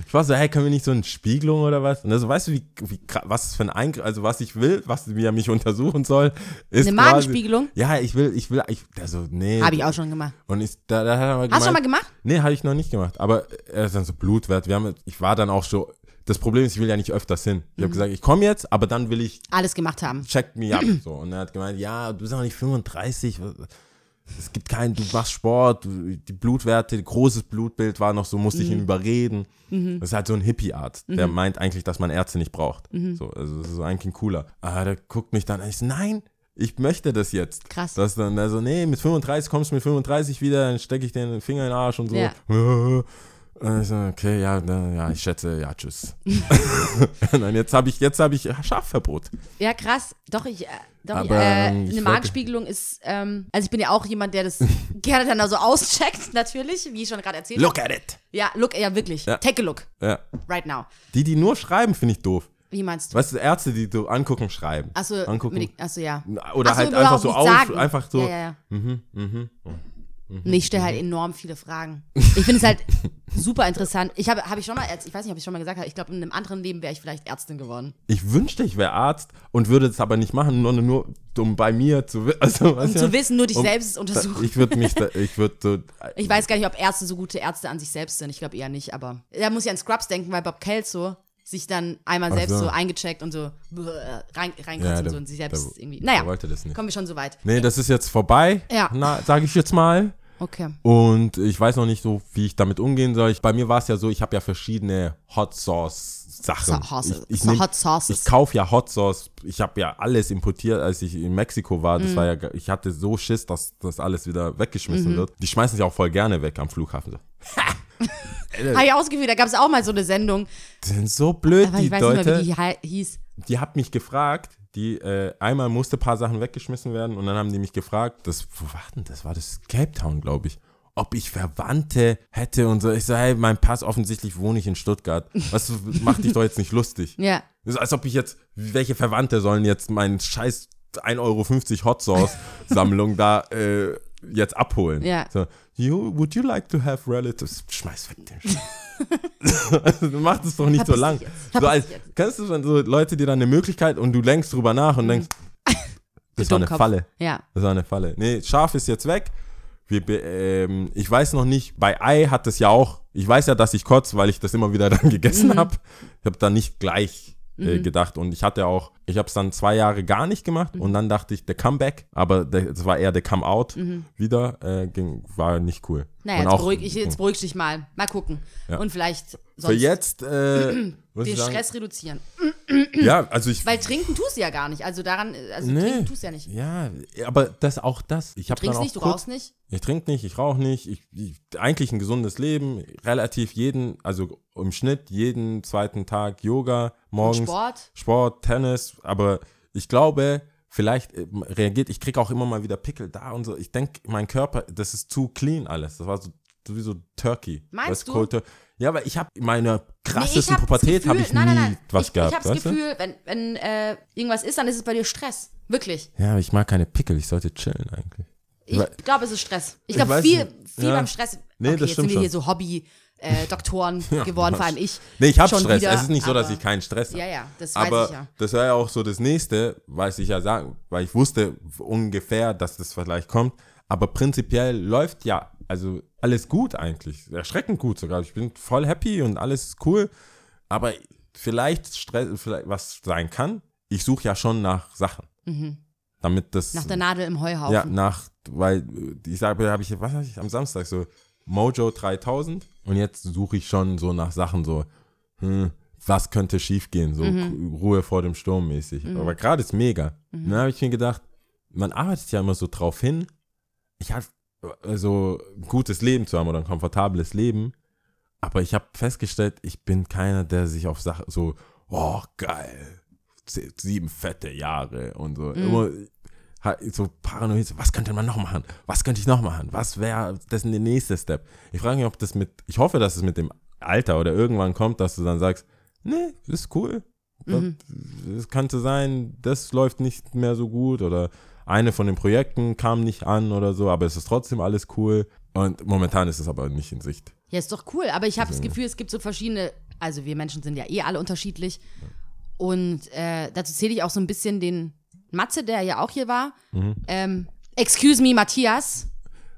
S5: ich war so, hey, können wir nicht so eine Spiegelung oder was? Und also, weißt du, wie, wie, kra- was es für ein Eingriff, also was ich will, was wie er mich untersuchen soll, ist
S3: Eine
S5: quasi-
S3: Magenspiegelung? Ah,
S5: Ja, ich will, ich will, ich, also, nee.
S3: Habe ich auch schon gemacht.
S5: Und ich, da, da hat er aber gemeint,
S3: Hast du schon mal gemacht?
S5: Nee, habe ich noch nicht gemacht. Aber er ist dann so blutwert. Wir haben, ich war dann auch so. Das Problem ist, ich will ja nicht öfters hin. Ich
S3: Mhm.
S5: habe gesagt, ich komme jetzt, aber dann will ich,
S3: Alles gemacht haben.
S5: check me ab. So. Und er hat gemeint, ja, du bist auch nicht 35. Es gibt keinen, du machst Sport, du- die Blutwerte, großes Blutbild war noch so, musste
S3: Mhm.
S5: ich ihn überreden. Das ist halt so ein Hippie-Arzt, der meint eigentlich, dass man Ärzte nicht braucht.
S3: Mhm.
S5: So, also das ist so eigentlich ein cooler. Aber der guckt mich dann an, ich so, nein, ich möchte das jetzt.
S3: Krass.
S5: Das dann, also, nee, mit 35 kommst du mit 35 wieder, dann stecke ich dir den Finger in den Arsch und so.
S3: Ja.
S5: Und ich so, okay, ja, na, ja, ich schätze, ja, tschüss. und dann jetzt habe ich, jetzt habe ich Schafverbot.
S3: Ja, krass. Doch, ich. Äh, doch,
S5: Aber,
S3: ich, äh,
S5: ähm, ich
S3: eine
S5: wollte-
S3: Magenspiegelung ist. Ähm, also, ich bin ja auch jemand, der das gerne dann also auscheckt, natürlich, wie ich schon gerade erzählt habe.
S5: Look at it!
S3: Ja, look, ja, wirklich.
S5: Ja.
S3: Take a look.
S5: Ja.
S3: Right now.
S5: Die, die nur schreiben, finde ich doof.
S3: Wie meinst du?
S5: Weißt du, Ärzte, die so angucken, schreiben.
S3: Achso,
S5: angucken.
S3: Medik- achso, ja.
S5: Oder
S3: Ach so,
S5: halt
S3: überhaupt
S5: einfach so
S3: nicht
S5: auf,
S3: sagen.
S5: einfach so. Mhm, Oh.
S3: Ja, ja, ja. Nee, ich stelle halt enorm viele Fragen. Ich finde es halt super interessant. Ich habe, habe ich schon mal, erz- ich weiß nicht, ob ich schon mal gesagt habe, ich glaube, in einem anderen Leben wäre ich vielleicht Ärztin geworden.
S5: Ich wünschte, ich wäre Arzt und würde es aber nicht machen, nur, nur um bei mir zu, wi- also,
S3: Um
S5: weißt du?
S3: zu wissen, nur dich
S5: Um-
S3: selbst zu untersuchen.
S5: Ich würde mich, da, ich würde so,
S3: Ich weiß gar nicht, ob Ärzte so gute Ärzte an sich selbst sind. Ich glaube eher nicht, aber da muss ich an Scrubs denken, weil Bob Kelso sich dann einmal
S5: Ach
S3: selbst
S5: so.
S3: so. eingecheckt und so bäh, rein, reinkotzt
S5: Ja,
S3: und
S5: der-
S3: so und sich
S5: der-
S3: selbst irgendwie. Naja,
S5: der wollte das nicht.
S3: kommen wir schon so weit.
S5: nee, das ist jetzt vorbei,
S3: Ja.
S5: na, sage ich jetzt mal.
S3: Okay.
S5: Und ich weiß noch nicht so, wie ich damit umgehen soll. Ich, bei mir war es ja so, ich habe ja verschiedene Hot Sauce Sachen.
S3: So- Sauces.
S5: Ich, ich
S3: So
S5: nehm,
S3: Hot Sauces.
S5: Ich kaufe ja Hot Sauce. Ich habe ja alles importiert, als ich in Mexiko war.
S3: Mhm.
S5: Das war ja, ge- ich hatte so Schiss, dass das alles wieder weggeschmissen wird. Die schmeißen sich auch voll gerne weg am Flughafen. So,
S3: Habe ich ausgeführt, da gab es auch mal so eine Sendung,
S5: Die sind so blöd,
S3: aber
S5: die
S3: ich weiß nicht
S5: Leute.
S3: mehr, wie die hei- hieß.
S5: die hat mich gefragt, die äh, einmal musste ein paar Sachen weggeschmissen werden und dann haben die mich gefragt, das, wo war denn das? War das Cape Town, glaube ich. Ob ich Verwandte hätte und so. Ich so, hey, mein Pass, offensichtlich wohne ich in Stuttgart. Was macht dich doch jetzt nicht lustig?
S3: Ja.
S5: Das ist, als ob ich jetzt, welche Verwandte sollen jetzt meinen scheiß 1,50 Euro Hot Sauce Sammlung da äh, jetzt abholen?
S3: Ja.
S5: So, you, would you like to have relatives? Schmeiß weg den Scheiß. du machst es doch nicht so
S3: Verpiss dich
S5: lang.
S3: jetzt.
S5: So
S3: Verpiss
S5: als,
S3: dich jetzt. Mhm.
S5: kennst du schon so Leute, die dann eine Möglichkeit und du lenkst drüber nach und denkst, das war eine
S3: Dummkopf.
S5: Falle.
S3: Ja.
S5: Das war eine Falle. Nee, Schaf ist jetzt weg. Wir, be- ähm, ich weiß noch nicht, bei Ei hat es ja auch, ich weiß ja, dass ich kotze, weil ich das immer wieder dann gegessen
S3: Mhm.
S5: habe. Ich habe da nicht gleich äh, gedacht und ich hatte auch, ich habe es dann zwei Jahre gar nicht gemacht
S3: Mhm.
S5: und dann dachte ich, der Comeback, aber der- das war eher der Come-Out
S3: Mhm.
S5: wieder, äh, ging, war nicht cool.
S3: Naja,
S5: und oh. Mhm.
S3: jetzt, beruhig, ich, jetzt beruhig dich mal. Mal gucken. Und vielleicht
S5: für
S3: sonst.
S5: jetzt äh, Muss
S3: den
S5: ich sagen,
S3: Stress reduzieren.
S5: Ja, also ich.
S3: Weil trinken tust du ja gar nicht. Also daran, also
S5: nee.
S3: trinken tust du ja nicht. Du
S5: Ja, aber das auch das. Ich habe dann
S3: trinkst
S5: auch
S3: nicht, du
S5: kurz-
S3: rauchst nicht.
S5: Ich trinke nicht, ich rauche nicht. Ich, ich, eigentlich ein gesundes Leben. Relativ jeden, also im Schnitt jeden zweiten Tag Yoga, morgens
S3: Sport.
S5: Sport, Tennis. Aber ich glaube, vielleicht äh, reagiert, ich kriege auch immer mal wieder Pickel da und so. Ich denke, mein Körper, das ist zu clean alles. Das war so sowieso Turkey.
S3: Meinst
S5: Weißt
S3: du?
S5: Cold Tur- Ja, aber ich habe meine krassesten
S3: hab das
S5: Pubertät habe
S3: Gefühl-
S5: ich nie was
S3: ich,
S5: gehabt.
S3: Ich habe das
S5: weißt du?
S3: Gefühl, wenn, wenn äh, irgendwas ist, dann ist es bei dir Stress. Wirklich.
S5: Ja, aber ich mag keine Pickel. Ich sollte chillen eigentlich.
S3: Ich
S5: Weil-
S3: glaube, es ist Stress. Ich
S5: Ich
S3: glaube,
S5: weiß
S3: viel,
S5: nicht.
S3: viel
S5: Ja.
S3: beim Stress.
S5: Nee, das
S3: jetzt sind
S5: stimmt
S3: wir hier so Hobby-Doktoren geworden, vor allem ich.
S5: Nee, ich habe
S3: schon
S5: Stress.
S3: wieder,
S5: es ist nicht so, dass
S3: aber-
S5: ich keinen Stress habe.
S3: Ja, ja, das weiß
S5: Aber
S3: ich ja.
S5: das war ja auch so das nächste, was ich ja sagen, weil ich wusste ungefähr, dass das vielleicht kommt. Aber prinzipiell läuft ja, also alles gut eigentlich. Erschreckend gut sogar. Ich bin voll happy und alles ist cool. Aber vielleicht, Stress, vielleicht was sein kann, ich suche ja schon nach Sachen. Damit das.
S3: Mhm. Nach der Nadel im Heuhaufen.
S5: Ja, nach, weil äh, ich sage, habe ich, was habe ich am Samstag so Mojo 3000 und jetzt suche ich schon so nach Sachen so, hm, was könnte schiefgehen, so K- Ruhe vor dem Sturm mäßig. Aber gerade ist mega. Und Dann habe ich mir gedacht, man arbeitet ja immer so drauf hin, ich habe so ein gutes Leben zu haben oder ein komfortables Leben, aber ich habe festgestellt, ich bin keiner, der sich auf Sachen so, oh geil, ze- sieben fette Jahre und so. Immer ha- so paranoid, so, was könnte man noch machen? Was könnte ich noch machen? Was wäre das denn der nächste Step? Ich frage mich, ob das mit, ich hoffe, dass es mit dem Alter oder irgendwann kommt, dass du dann sagst, nee, das ist cool. Das,
S3: Mhm.
S5: das könnte sein, das läuft nicht mehr so gut oder eine von den Projekten kam nicht an oder so, aber es ist trotzdem alles cool. Und momentan ist es aber nicht in Sicht.
S3: Ja, ist doch cool, aber ich habe das Gefühl, es gibt so verschiedene, also wir Menschen sind ja eh alle unterschiedlich. Und äh, dazu zähle ich auch so ein bisschen den Matze, der ja auch hier war.
S5: Mhm.
S3: Ähm, excuse me, Matthias.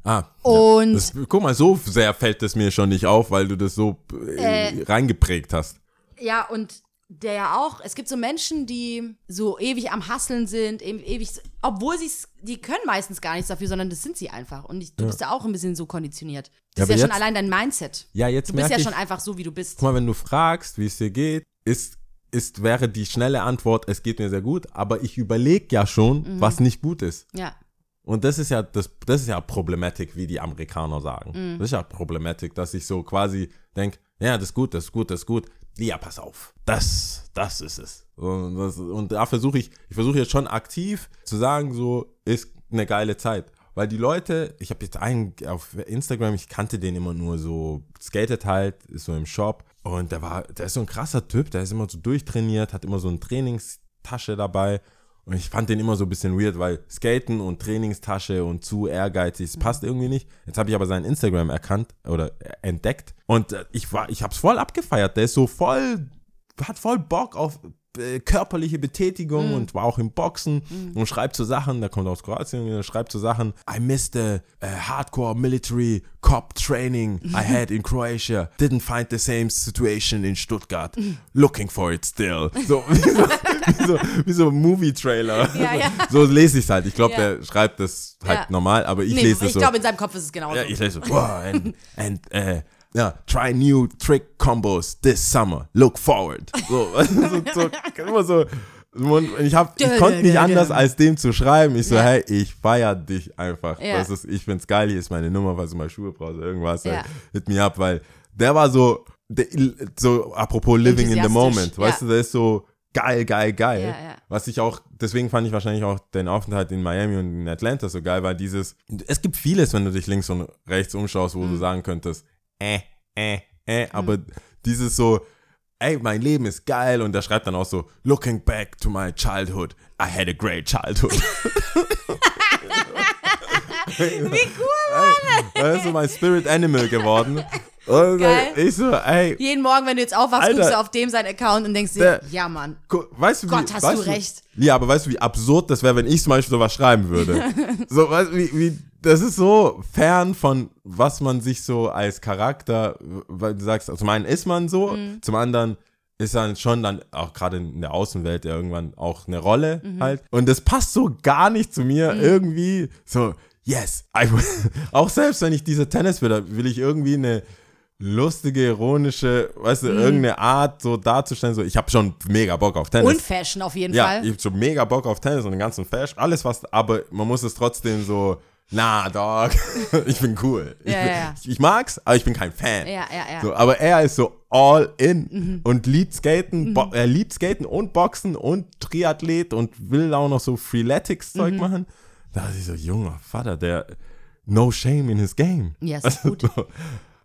S5: Ah,
S3: Und-
S5: Das, guck mal, so sehr fällt es mir schon nicht auf, weil du das so äh, reingeprägt hast.
S3: Ja, und der ja auch, es gibt so Menschen, die so ewig am Hasseln sind, eben ewig, obwohl sie es, die können meistens gar nichts dafür, sondern das sind sie einfach. Und ich, du bist ja auch ein bisschen so konditioniert.
S5: Ja,
S3: Das ist ja
S5: aber
S3: schon
S5: jetzt-
S3: allein dein Mindset.
S5: Ja, jetzt
S3: Du bist
S5: merke
S3: ja
S5: ich-
S3: schon einfach so, wie du bist.
S5: Guck mal, wenn du fragst, wie es dir geht, ist, ist, wäre die schnelle Antwort, es geht mir sehr gut, aber ich überlege ja schon, was nicht gut ist.
S3: Ja.
S5: Und das ist ja das, das ist ja Problematik, wie die Amerikaner sagen. Das ist ja Problematik, dass ich so quasi denke, ja, das ist gut, das ist gut, das ist gut. Ja, pass auf. Das, das ist es. Und, das, und da versuche ich, ich versuche jetzt schon aktiv zu sagen, so ist eine geile Zeit. Weil die Leute, ich habe jetzt einen auf Instagram, ich kannte den immer nur so, skatet halt, ist so im Shop. Und der war, der ist so ein krasser Typ, der ist immer so durchtrainiert, hat immer so eine Trainingstasche dabei. Und ich fand den immer so ein bisschen weird, weil Skaten und Trainingstasche und zu ehrgeizig, es passt irgendwie nicht. Jetzt habe ich aber sein Instagram erkannt oder äh, entdeckt und äh, ich war, ich habe es voll abgefeiert. Der ist so voll, hat voll Bock auf äh, körperliche Betätigung
S3: Mhm.
S5: und war auch im Boxen und schreibt zu Sachen, der kommt aus Kroatien, er schreibt zu Sachen, I missed the äh, hardcore military cop training I had in Croatia, didn't find the same situation in Stuttgart,
S3: Mhm.
S5: looking for it still. So, wie so, wie so ein Movie-Trailer.
S3: Ja, ja.
S5: So lese ich es halt. Ich glaube,
S3: Ja.
S5: der schreibt das halt
S3: Ja.
S5: normal, aber ich
S3: nee,
S5: lese es so.
S3: glaube, in seinem Kopf ist es genau
S5: ja,
S3: so.
S5: ich lese so. Wow, and, and äh, ja, try new trick combos this summer. Look forward. So, so, so immer so. Und ich, hab, ich
S3: Dö,
S5: konnte
S3: dö,
S5: nicht
S3: dö,
S5: anders
S3: dö.
S5: als dem zu schreiben. Ich so,
S3: Ja.
S5: hey, ich feier dich einfach.
S3: Ja.
S5: Das ist, ich find's geil, hier ist meine Nummer, falls du mal Schuhe brauchst, oder irgendwas.
S3: Ja.
S5: Hey, hit me up, weil der war so, der, so apropos living in the
S3: Enthusiastisch,
S5: moment.
S3: ja.
S5: Weißt du, der ist so geil, geil, geil.
S3: Ja, ja.
S5: Was ich auch, deswegen fand ich wahrscheinlich auch den Aufenthalt in Miami und in Atlanta so geil, weil dieses, es gibt vieles, wenn du dich links und rechts umschaust,
S3: Mhm.
S5: wo du sagen könntest, äh, äh, äh, aber dieses so, ey, mein Leben ist geil und der schreibt dann auch so, looking back to my childhood, I had a great childhood. Wie cool, Mann! Das ist so mein Spirit Animal geworden. Und
S3: Geil.
S5: ich so, ey,
S3: Jeden Morgen, wenn du jetzt aufwachst,
S5: Alter.
S3: guckst du auf dem seinen Account und denkst dir,
S5: Der-
S3: ja, Mann.
S5: Gu- Weißt du, wie,
S3: Gott, hast
S5: weißt
S3: du recht.
S5: Ja, aber weißt du, wie absurd das wäre, wenn ich zum Beispiel sowas schreiben würde? so, weißt du, wie, wie, das ist so fern von, was man sich so als Charakter, weil du sagst, Also, zum einen ist man so, zum anderen ist dann schon dann auch gerade in der Außenwelt ja irgendwann auch eine Rolle halt. Und das passt so gar nicht zu mir irgendwie. So, yes, I will. auch selbst wenn ich dieser Tennis will, will ich irgendwie eine lustige, ironische, weißt du, irgendeine Art so darzustellen, so ich habe schon mega Bock auf Tennis.
S3: Und Fashion auf jeden
S5: ja,
S3: Fall.
S5: ich habe schon mega Bock auf Tennis und den ganzen Fash, alles was, aber man muss es trotzdem so, na, Dog, ich bin cool. Ich,
S3: Ja,
S5: bin,
S3: ja, ja.
S5: ich, ich mag's, aber ich bin kein Fan.
S3: Ja, ja, Mhm. ja.
S5: So, aber er ist so all in und liebt
S3: Mhm.
S5: Skaten, bo- er liebt Skaten und Boxen und Triathlet und will auch noch so Freeletics-Zeug
S3: Mhm.
S5: machen. Da ist ich so, junger Vater, der no shame in his game.
S3: Yes,
S5: also,
S3: gut.
S5: So,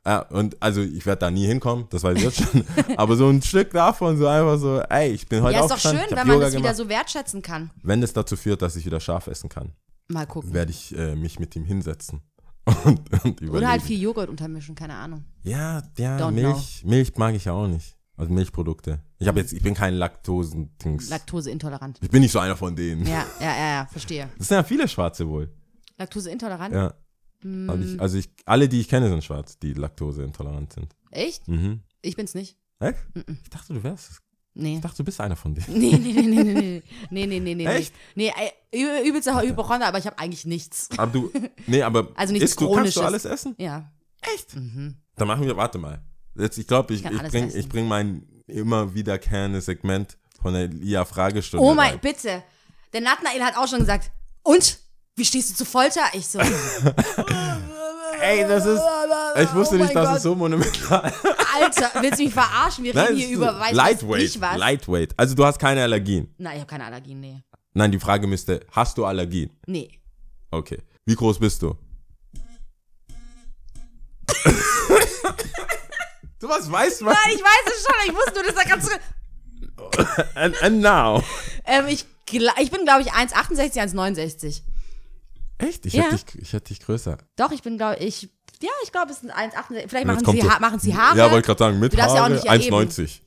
S5: ja, und also ich werde da nie hinkommen, das weiß ich jetzt schon. aber so ein Stück davon, so einfach so, ey, ich bin heute
S3: Ja, ist doch schön,
S5: aufgestanden, ich hab
S3: wenn man
S5: Yoga
S3: das wieder
S5: gemacht.
S3: so wertschätzen kann.
S5: Wenn es dazu führt, dass ich wieder scharf essen kann,
S3: Mal gucken.
S5: werde ich äh, mich mit ihm hinsetzen. Und, und überlegen.
S3: Oder halt viel Joghurt untermischen, keine Ahnung.
S5: Ja, ja,
S3: Don't
S5: Milch, Milch mag ich ja auch nicht. Also Milchprodukte. Ich habe jetzt, ich bin kein Laktosendings.
S3: Laktoseintolerant.
S5: ich bin nicht so einer von denen.
S3: Ja, ja, ja, ja, verstehe.
S5: Das sind ja viele Schwarze wohl.
S3: Laktoseintolerant?
S5: Ja.
S3: Mm.
S5: Hab Ich, also ich, alle, die ich kenne, sind schwarz, die laktoseintolerant sind.
S3: Echt?
S5: Mhm.
S3: Ich bin's nicht.
S5: Echt? Ich dachte, du wärst es.
S3: Nee.
S5: Ich dachte, du bist einer von denen.
S3: Nee, nee, nee, nee, nee, nee, nee, nee, nee,
S5: Echt?
S3: nee, nee, ey, ü- übelster Hypochonder, aber ich habe eigentlich nichts.
S5: Aber du, nee, aber
S3: Also nichts
S5: isst du, kannst du
S3: Chronisches.
S5: alles essen?
S3: Ja,
S5: Echt? Dann machen wir, warte mal. Jetzt, ich glaube, ich,
S3: kann
S5: ich,
S3: Mhm. alles
S5: bring,
S3: essen.
S5: ich bring mein immer wiederkehrendes Segment von der Lia-Fragestunde
S3: Oh mein,
S5: rein.
S3: bitte. Der Nathanael hat auch schon gesagt, und? Wie stehst du zu Folter? Ich so,
S5: Ey, das ist, ich wusste
S3: Oh
S5: nicht,
S3: mein
S5: dass
S3: Gott.
S5: es so monumental
S3: Alter, willst du mich verarschen? Wir reden
S5: es
S3: hier
S5: ist
S3: über weiß
S5: Lightweight.
S3: ich was.
S5: Lightweight. Also du hast keine Allergien.
S3: Nein, ich habe keine Allergien, nee.
S5: Nein, die Frage müsste, hast du Allergien?
S3: Nee.
S5: Okay. Wie groß bist du? du was weißt was?
S3: Nein, ich weiß es schon, ich wusste nur, dass da ganz...
S5: And, and now.
S3: Ähm, ich, gla- ich bin, glaube ich, 1,68, 1,69.
S5: Echt? Ich,
S3: Ja.
S5: hätte dich, ich hätte dich größer.
S3: Doch, ich bin, glaube ich... Ja, ich glaube, es sind 1,68. Vielleicht
S5: Und jetzt
S3: machen
S5: kommt
S3: sie,
S5: so-
S3: ha machen sie Haare.
S5: Ja, wollte gerade sagen, mit
S3: Du darfst ja auch
S5: Haare
S3: nicht erheben.
S5: 1,90.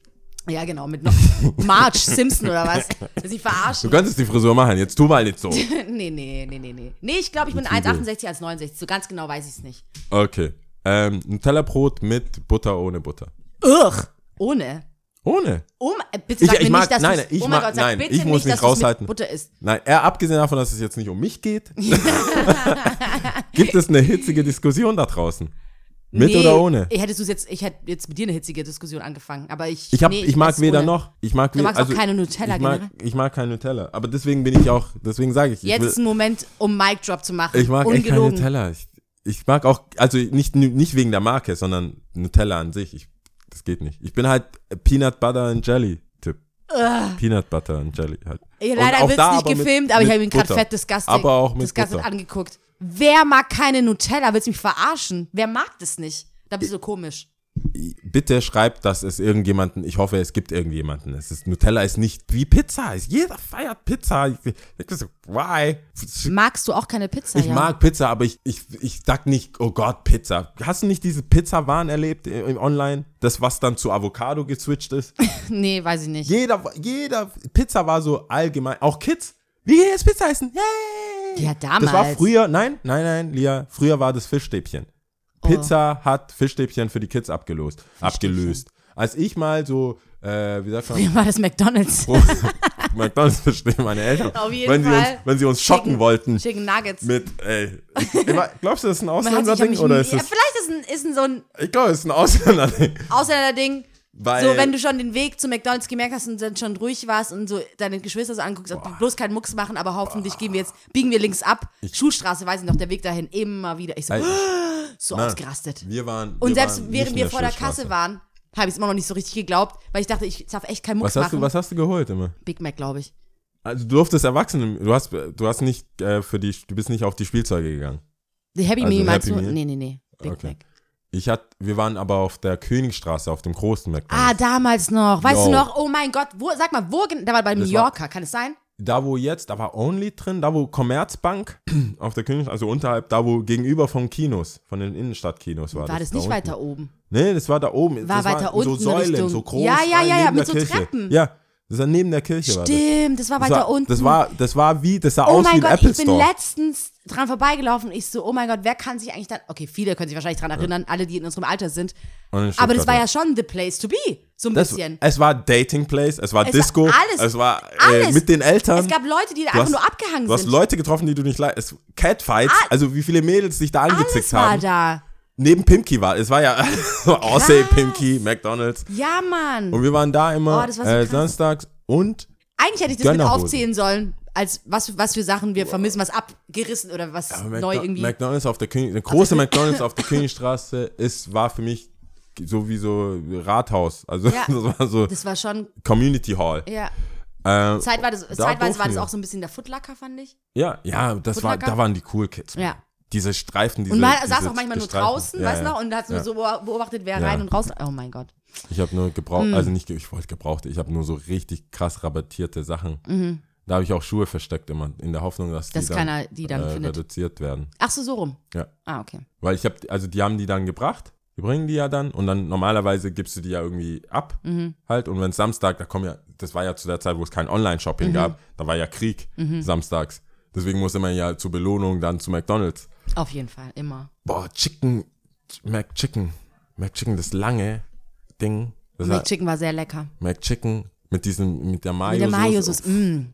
S3: Ja, genau, mit noch Marge Simpson oder was? Sie
S5: Du
S3: verarschen.
S5: könntest die Frisur machen, jetzt tu mal nicht so.
S3: Nee, nee, nee, nee, nee. Nee, ich glaube, ich bin
S5: Mit Zwiebeln.
S3: 1,68, 1,69. So ganz genau weiß ich es nicht.
S5: Okay. Ähm, ein Tellerbrot mit Butter ohne Butter.
S3: Ugh. Ohne.
S5: Ohne.
S3: Um, äh, bitte sag
S5: Ich- ich
S3: mir
S5: mag-
S3: nicht, dass
S5: nein,
S3: du's-
S5: ich
S3: oh mein
S5: mag-
S3: Gott, sag
S5: nein,
S3: bitte
S5: ich
S3: nicht,
S5: muss mich
S3: dass du's
S5: raushalten.
S3: Mit Butter ist.
S5: Nein, eher abgesehen davon, dass es jetzt nicht um mich geht, gibt es eine hitzige Diskussion da draußen. Mit
S3: Nee,
S5: oder ohne?
S3: Ich hättest du's jetzt, ich hätte jetzt mit dir eine hitzige Diskussion angefangen, aber ich.
S5: Ich, hab,
S3: nee,
S5: ich mag
S3: esse
S5: weder
S3: ohne.
S5: noch. Ich mag
S3: Du
S5: we- also
S3: magst auch keine Nutella
S5: ich mag, ich mag keine Nutella. Aber deswegen bin ich auch, deswegen sage ich,
S3: Jetzt
S5: ich,
S3: ist ein Moment, um Mic Drop zu machen.
S5: ich mag echt keine
S3: Ungelogen.
S5: Nutella. Ich, ich mag auch, also nicht, nicht wegen der Marke, sondern Nutella an sich. Ich, das geht nicht. Ich bin halt Peanut Butter and Jelly Typ. Peanut Butter and Jelly halt.
S3: Ja,
S5: Und
S3: leider
S5: auch
S3: wird's
S5: da
S3: nicht
S5: mit-
S3: gefilmt, aber
S5: mit
S3: ich habe ihn gerade
S5: Butter.
S3: fett disgusted,
S5: Aber auch mit
S3: disgusted
S5: Butter.
S3: angeguckt. Wer mag keine Nutella? Willst du mich verarschen? Wer mag das nicht? Da bist du so komisch.
S5: bitte schreibt, dass es irgendjemanden, ich hoffe, es gibt irgendjemanden. Es ist, Nutella ist nicht wie Pizza. Es- Jeder feiert Pizza. Ich, ich, denk so, why?
S3: Magst du auch keine Pizza?
S5: Ich
S3: ja?
S5: mag Pizza, aber ich, ich, ich sag nicht, oh Gott, Pizza. Hast du nicht diese Pizza-Wahn erlebt äh, im online? Das, was dann zu Avocado geswitcht ist?
S3: Nee, weiß ich nicht.
S5: jeder, jeder, Pizza war so allgemein, auch Kids. Wie geht jetzt Pizza essen? Yay!
S3: Ja,
S5: Das war
S3: damals.
S5: früher, nein, nein, nein, Lia, früher war das Fischstäbchen.
S3: Oh.
S5: Pizza hat Fischstäbchen für die Kids abgelost, abgelöst. Als ich mal so, äh, wie sagt man,
S3: Mir war das McDonalds.
S5: Pro- McDonalds verstehen meine Eltern.
S3: Auf jeden
S5: wenn Sie
S3: Fall.
S5: uns, wenn sie uns schocken
S3: Chicken-
S5: wollten
S3: Chicken Nuggets.
S5: mit, ey, ich war- glaubst du, das ist ein
S3: Man hat sich- ich hab
S5: Ausländerding
S3: mich
S5: oder
S3: nie-
S5: ist
S3: ja,
S5: es,
S3: Vielleicht ist ein, ist ein so ein
S5: ich glaube, es ist ein Ausländerding.
S3: Ausländerding.
S5: Weil-
S3: so, wenn du schon den Weg zu McDonalds gemerkt hast und dann schon ruhig warst und so deine Geschwister so anguckst, bloß keinen Mucks machen, aber hoffentlich gehen wir jetzt, biegen wir links ab. Schulstraße, weiß ich noch, der Weg dahin, immer wieder. Ich so,
S5: Ey,
S3: so
S5: nein.
S3: ausgerastet.
S5: Wir waren,
S3: Und
S5: wir
S3: selbst
S5: waren nicht
S3: während
S5: in
S3: wir vor der
S5: Schulstraße.
S3: Kasse waren, habe ich es immer noch nicht so richtig geglaubt, weil ich dachte, ich darf echt keinen Mucks
S5: Was hast,
S3: machen.
S5: du, was hast du geholt immer?
S3: Big Mac, glaube ich.
S5: Also du durftest Erwachsenen, du hast, du hast nicht äh, für die, du bist nicht auf die Spielzeuge gegangen.
S3: Die Happy
S5: Also
S3: Meal meinst
S5: Happy
S3: du?
S5: Meal?
S3: Nee, nee, nee. Big
S5: Okay.
S3: Mac.
S5: Ich hatte, wir waren aber auf der Königstraße, auf dem großen McDonald's.
S3: Ah, damals noch. Weißt
S5: Yo.
S3: du noch? Oh mein Gott, wo, sag mal, wo, gen- da war bei New
S5: Das war-
S3: Yorker, kann es sein?
S5: Da wo jetzt, da war Only drin, da wo Commerzbank auf der Königstraße, also unterhalb, da wo gegenüber vom Kinos, von den Innenstadtkinos war,
S3: War das
S5: da
S3: nicht
S5: unten.
S3: weiter oben?
S5: Nee, das war da oben.
S3: War
S5: das
S3: weiter
S5: waren
S3: unten
S5: So Säulen,
S3: Richtung-
S5: so groß.
S3: Ja, ja,
S5: äh,
S3: ja, ja,
S5: neben
S3: mit
S5: der
S3: so
S5: Kirche.
S3: Treppen.
S5: Ja, das war neben der Kirche. war das.
S3: Stimmt, das war weiter
S5: das war,
S3: unten.
S5: Das war, das war wie, das sah
S3: oh
S5: aus wie
S3: mein
S5: ein
S3: Gott,
S5: Apple
S3: ich bin
S5: Store.
S3: letztens dran vorbeigelaufen. Ich so, oh mein Gott, wer kann sich eigentlich dann. Okay, viele können sich wahrscheinlich dran erinnern, alle, die in unserem Alter sind.
S5: Und in
S3: Aber das
S5: Stuttgart,
S3: war
S5: ja.
S3: ja schon the place to be. So ein
S5: Das,
S3: bisschen.
S5: es war Dating Place, es war
S3: Es war
S5: Disco,
S3: alles-
S5: es war äh,
S3: alles.
S5: mit den Eltern.
S3: Es gab Leute, die da einfach
S5: Du hast-
S3: nur abgehangen
S5: Du hast
S3: sind.
S5: Leute getroffen, die du nicht leidest. Catfights,
S3: Ah-
S5: also wie viele Mädels dich da
S3: alles
S5: angezickt
S3: war
S5: haben.
S3: da.
S5: neben Pimki war. Es war ja Aussee, Pimki, McDonalds.
S3: Ja, Mann.
S5: Und wir waren da immer
S3: Oh, das war so
S5: äh,
S3: krass.
S5: samstags und
S3: Eigentlich hätte ich das mit
S5: Gönnerhose.
S3: aufzählen sollen, als was, was für Sachen wir vermissen, was abgerissen oder was
S5: Aber
S3: neu
S5: McDo-
S3: irgendwie.
S5: McDonald's auf der König, eine große McDonald's auf der Königstraße ist war für mich so wie so Rathaus, also
S3: Ja.
S5: das war so
S3: das war schon,
S5: Community Hall.
S3: ja.
S5: Ähm,
S3: Zeit war das, zeitweise
S5: durften
S3: war das
S5: wir.
S3: auch so ein bisschen der Footlacker, fand ich.
S5: ja, ja, das war,
S3: Footlocker?
S5: da waren die cool Kids.
S3: Ja.
S5: Diese Streifen, diese
S3: Und man
S5: diese
S3: saß auch manchmal nur
S5: Streifen.
S3: draußen,
S5: Ja,
S3: weißt du
S5: ja.
S3: noch, und hat
S5: ja.
S3: so beobachtet, wer
S5: Ja.
S3: rein und raus. Oh mein Gott.
S5: Ich habe nur gebraucht,
S3: Hm.
S5: also nicht, ge- ich wollte gebraucht, ich habe nur so richtig krass rabattierte Sachen. Da habe ich auch Schuhe versteckt immer, in der Hoffnung, dass die
S3: Mhm. Dass
S5: dann,
S3: keiner die dann
S5: äh,
S3: findet.
S5: reduziert werden.
S3: Ach so, so rum.
S5: Ja.
S3: Ah, okay.
S5: Weil ich habe, also die haben die dann gebracht, die bringen die ja dann und dann normalerweise gibst du die ja irgendwie ab
S3: Mhm.
S5: halt und wenn Samstag, da kommen ja, das war ja zu der Zeit, wo es kein
S3: Mhm.
S5: Online-Shopping gab, da war ja Krieg samstags. Deswegen musste man ja zur Belohnung dann zu McDonalds.
S3: Auf jeden Fall, immer.
S5: Boah, Chicken, McChicken, McChicken, das lange Ding. Das
S3: Mit
S5: hat,
S3: Chicken war sehr lecker.
S5: McChicken mit diesem, mit der
S3: Mit der Mayo-Sauce.
S5: Mayo-Sauce.
S3: Mm.